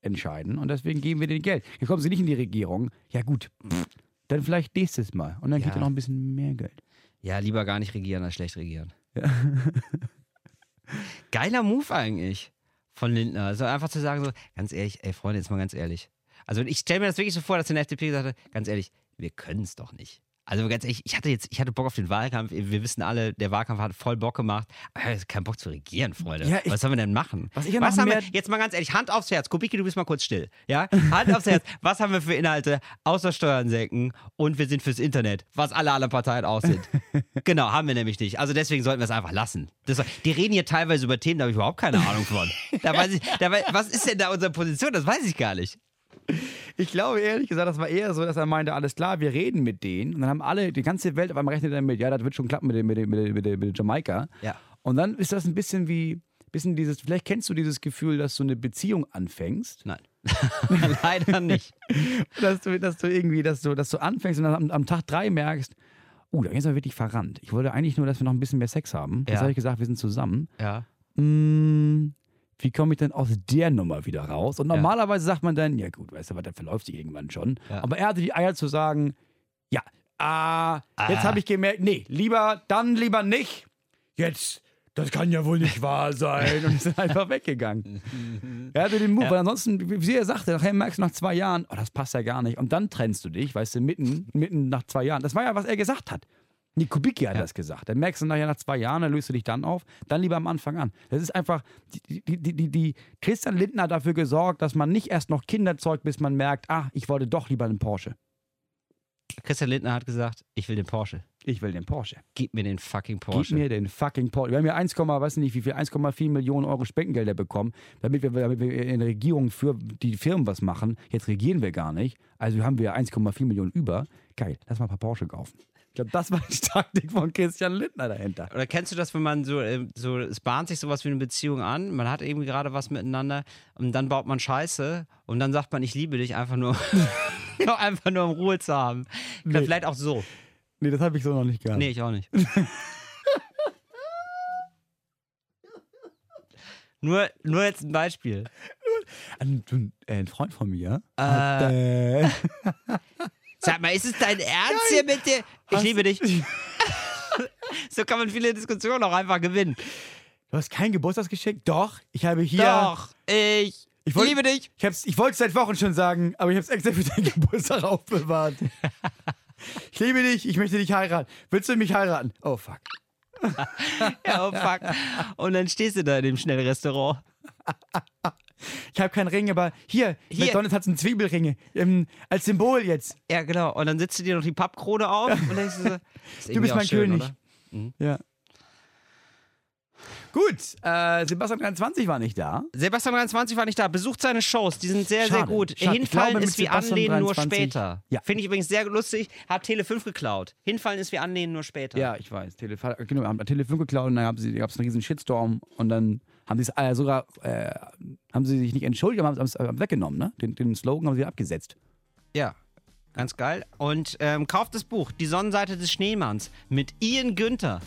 entscheiden und deswegen geben wir denen Geld. Hier kommen sie nicht in die Regierung. Ja, gut. Pff, dann vielleicht nächstes Mal und dann
Ja.
kriegt ihr noch ein bisschen mehr Geld.
Ja, lieber gar nicht regieren als schlecht regieren. *laughs* Geiler Move eigentlich von Lindner. Also einfach zu sagen, so, ganz ehrlich, ey Freunde, jetzt mal ganz ehrlich. Also ich stelle mir das wirklich so vor, dass der FDP gesagt hat, ganz ehrlich, wir können es doch nicht. Also ganz ehrlich, ich hatte jetzt, ich hatte Bock auf den Wahlkampf. Wir wissen alle, der Wahlkampf hat voll Bock gemacht. Aber ich hab jetzt keinen Bock zu regieren, Freunde.
Ja, ich-
was sollen wir denn machen?
Was ich ja noch
haben wir,
mehr-
jetzt mal ganz ehrlich, Hand aufs Herz. Kubicki, du bist mal kurz still. Ja? Hand aufs *laughs* Herz. Was haben wir für Inhalte außer Steuern senken und wir sind fürs Internet, was alle anderen Parteien auch *laughs* sind? genau, haben wir nämlich nicht. Also deswegen sollten wir es einfach lassen. Das, war- die reden hier teilweise über Themen, da habe ich überhaupt keine Ahnung von. Da weiß ich, da weiß, was ist denn da unsere Position? Das weiß ich gar nicht.
Ich glaube ehrlich gesagt, das war eher so, dass er meinte, alles klar, wir reden mit denen. Und dann haben alle, die ganze Welt auf einmal rechnet damit, ja, das wird schon klappen mit, dem, mit, dem, mit, dem, mit, dem, mit Jamaika.
Ja.
Und dann ist das ein bisschen wie, bisschen dieses, vielleicht kennst du dieses Gefühl, dass du eine Beziehung anfängst.
Nein. *laughs* Leider nicht.
*laughs* Dass du, dass du irgendwie, dass du, dass du anfängst und dann am, am Tag drei merkst, uh, da ist er wirklich verrannt. Ich wollte eigentlich nur, dass wir noch ein bisschen mehr Sex haben. Jetzt
Ja.
habe ich gesagt, wir sind zusammen.
Ja.
Hm, wie komme ich denn aus der Nummer wieder raus? Und normalerweise sagt man dann, ja gut, weißt du was, dann verläuft sich irgendwann schon.
Ja.
Aber er hatte die Eier zu sagen, ja, ah, jetzt habe ich gemerkt, nee, lieber, dann lieber nicht. Jetzt, das kann ja wohl nicht wahr sein. Und ist einfach weggegangen. Er hatte den Move, weil ansonsten, wie wie er sagte, nachher merkst du nach zwei Jahren, oh, das passt ja gar nicht. Und dann trennst du dich, weißt du, mitten, mitten nach zwei Jahren. Das war ja, was er gesagt hat. Nee, Kubicki hat das gesagt. Dann merkst du nachher nach zwei Jahren, dann löst du dich dann auf, dann lieber am Anfang an. Das ist einfach, die, die, die, die, die Christian Lindner hat dafür gesorgt, dass man nicht erst noch Kinder zeugt, bis man merkt, ah, ich wollte doch lieber einen Porsche.
Christian Lindner hat gesagt, ich will den Porsche.
Ich will den Porsche.
Gib mir den fucking
Gib
Porsche.
mir den fucking Porsche. Wir haben ja 1, weiß nicht wie viel, 1,4 Millionen Euro Spendengelder bekommen, damit wir, damit wir in der Regierung für die Firmen was machen. Jetzt regieren wir gar nicht. Also haben wir 1,4 Millionen über. Geil, lass mal ein paar Porsche kaufen. Ich glaube, das war die Taktik von Christian Lindner dahinter.
Oder kennst du das, wenn man so, ähm, so, es bahnt sich sowas wie eine Beziehung an, man hat eben gerade was miteinander und dann baut man Scheiße und dann sagt man, ich liebe dich einfach nur, *laughs* nur einfach nur um Ruhe zu haben.
Nee.
Vielleicht auch so.
Nee, das habe ich so noch nicht gehabt.
Nee, ich auch
*laughs*
nicht. nur, nur jetzt ein Beispiel.
Ein, äh, ein Freund von mir hat, äh,
Sag mal, ist es dein Ernst hier mit dir? Ich liebe
*laughs*
dich. so kann man viele Diskussionen auch einfach gewinnen.
Du hast kein Geburtstagsgeschenk? Doch, ich habe hier.
Doch, ich,
Ich wollt-
liebe
*laughs*
dich.
Ich, hab's- ich wollte es seit Wochen schon sagen, aber ich habe es extra für deinen *laughs* Geburtstag *laughs* aufbewahrt. Ich liebe dich, ich möchte dich heiraten. Willst du mich heiraten? Oh fuck.
Ja, oh fuck. Und dann stehst du da in dem Schnellrestaurant.
Ich habe keinen Ring, aber hier,
Hier.
McDonalds hat einen Zwiebelringe. Ähm, als Symbol jetzt.
Ja, genau. Und dann sitzt du dir noch die Pappkrone auf und denkst
*laughs*
du so, ist irgendwie
Du bist
auch
mein
schön,
König.
oder?
Ja. Gut, äh, Sebastian 23 war nicht da.
Sebastian 23 war nicht da. Besucht seine Shows, die sind sehr, sehr
Schade,
gut.
schade. Ich
Hinfallen
glaube, mit
ist wie
Sebastian
Anlehnen nur
23
später.
Ja.
Finde ich übrigens sehr lustig. Hab Tele 5 geklaut. Hinfallen ist wie Anlehnen nur später.
Ja, ich weiß. Telef genau, haben Telefon geklaut und dann gab es einen riesen Shitstorm und dann haben sie es äh, sogar, äh, haben sie sich nicht entschuldigt, aber haben es äh, weggenommen, ne? Den, den Slogan haben sie abgesetzt.
Ja, ganz geil. Und ähm, kauft das Buch Die Sonnenseite des Schneemanns mit Ian Günther.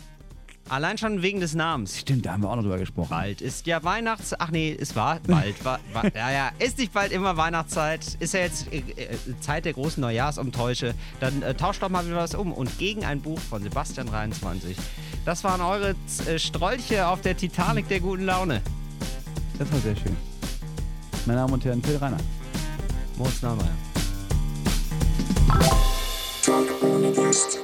Allein schon wegen des Namens.
Stimmt, da haben wir auch noch drüber gesprochen.
Bald ist ja Weihnachts... Ach nee, es war bald. War, war, ja, ja, ist nicht bald immer Weihnachtszeit. Ist ja jetzt äh, äh, Zeit der großen Neujahrsumtäusche. Dann äh, tauscht doch mal wieder was um. Und gegen ein Buch von Sebastian 23. Das waren eure äh, Strolche auf der Titanic der guten Laune.
Das war sehr schön. Meine Damen und Herren, Phil Reiner.
Moritz Neumeier.
Talk ohne Gast.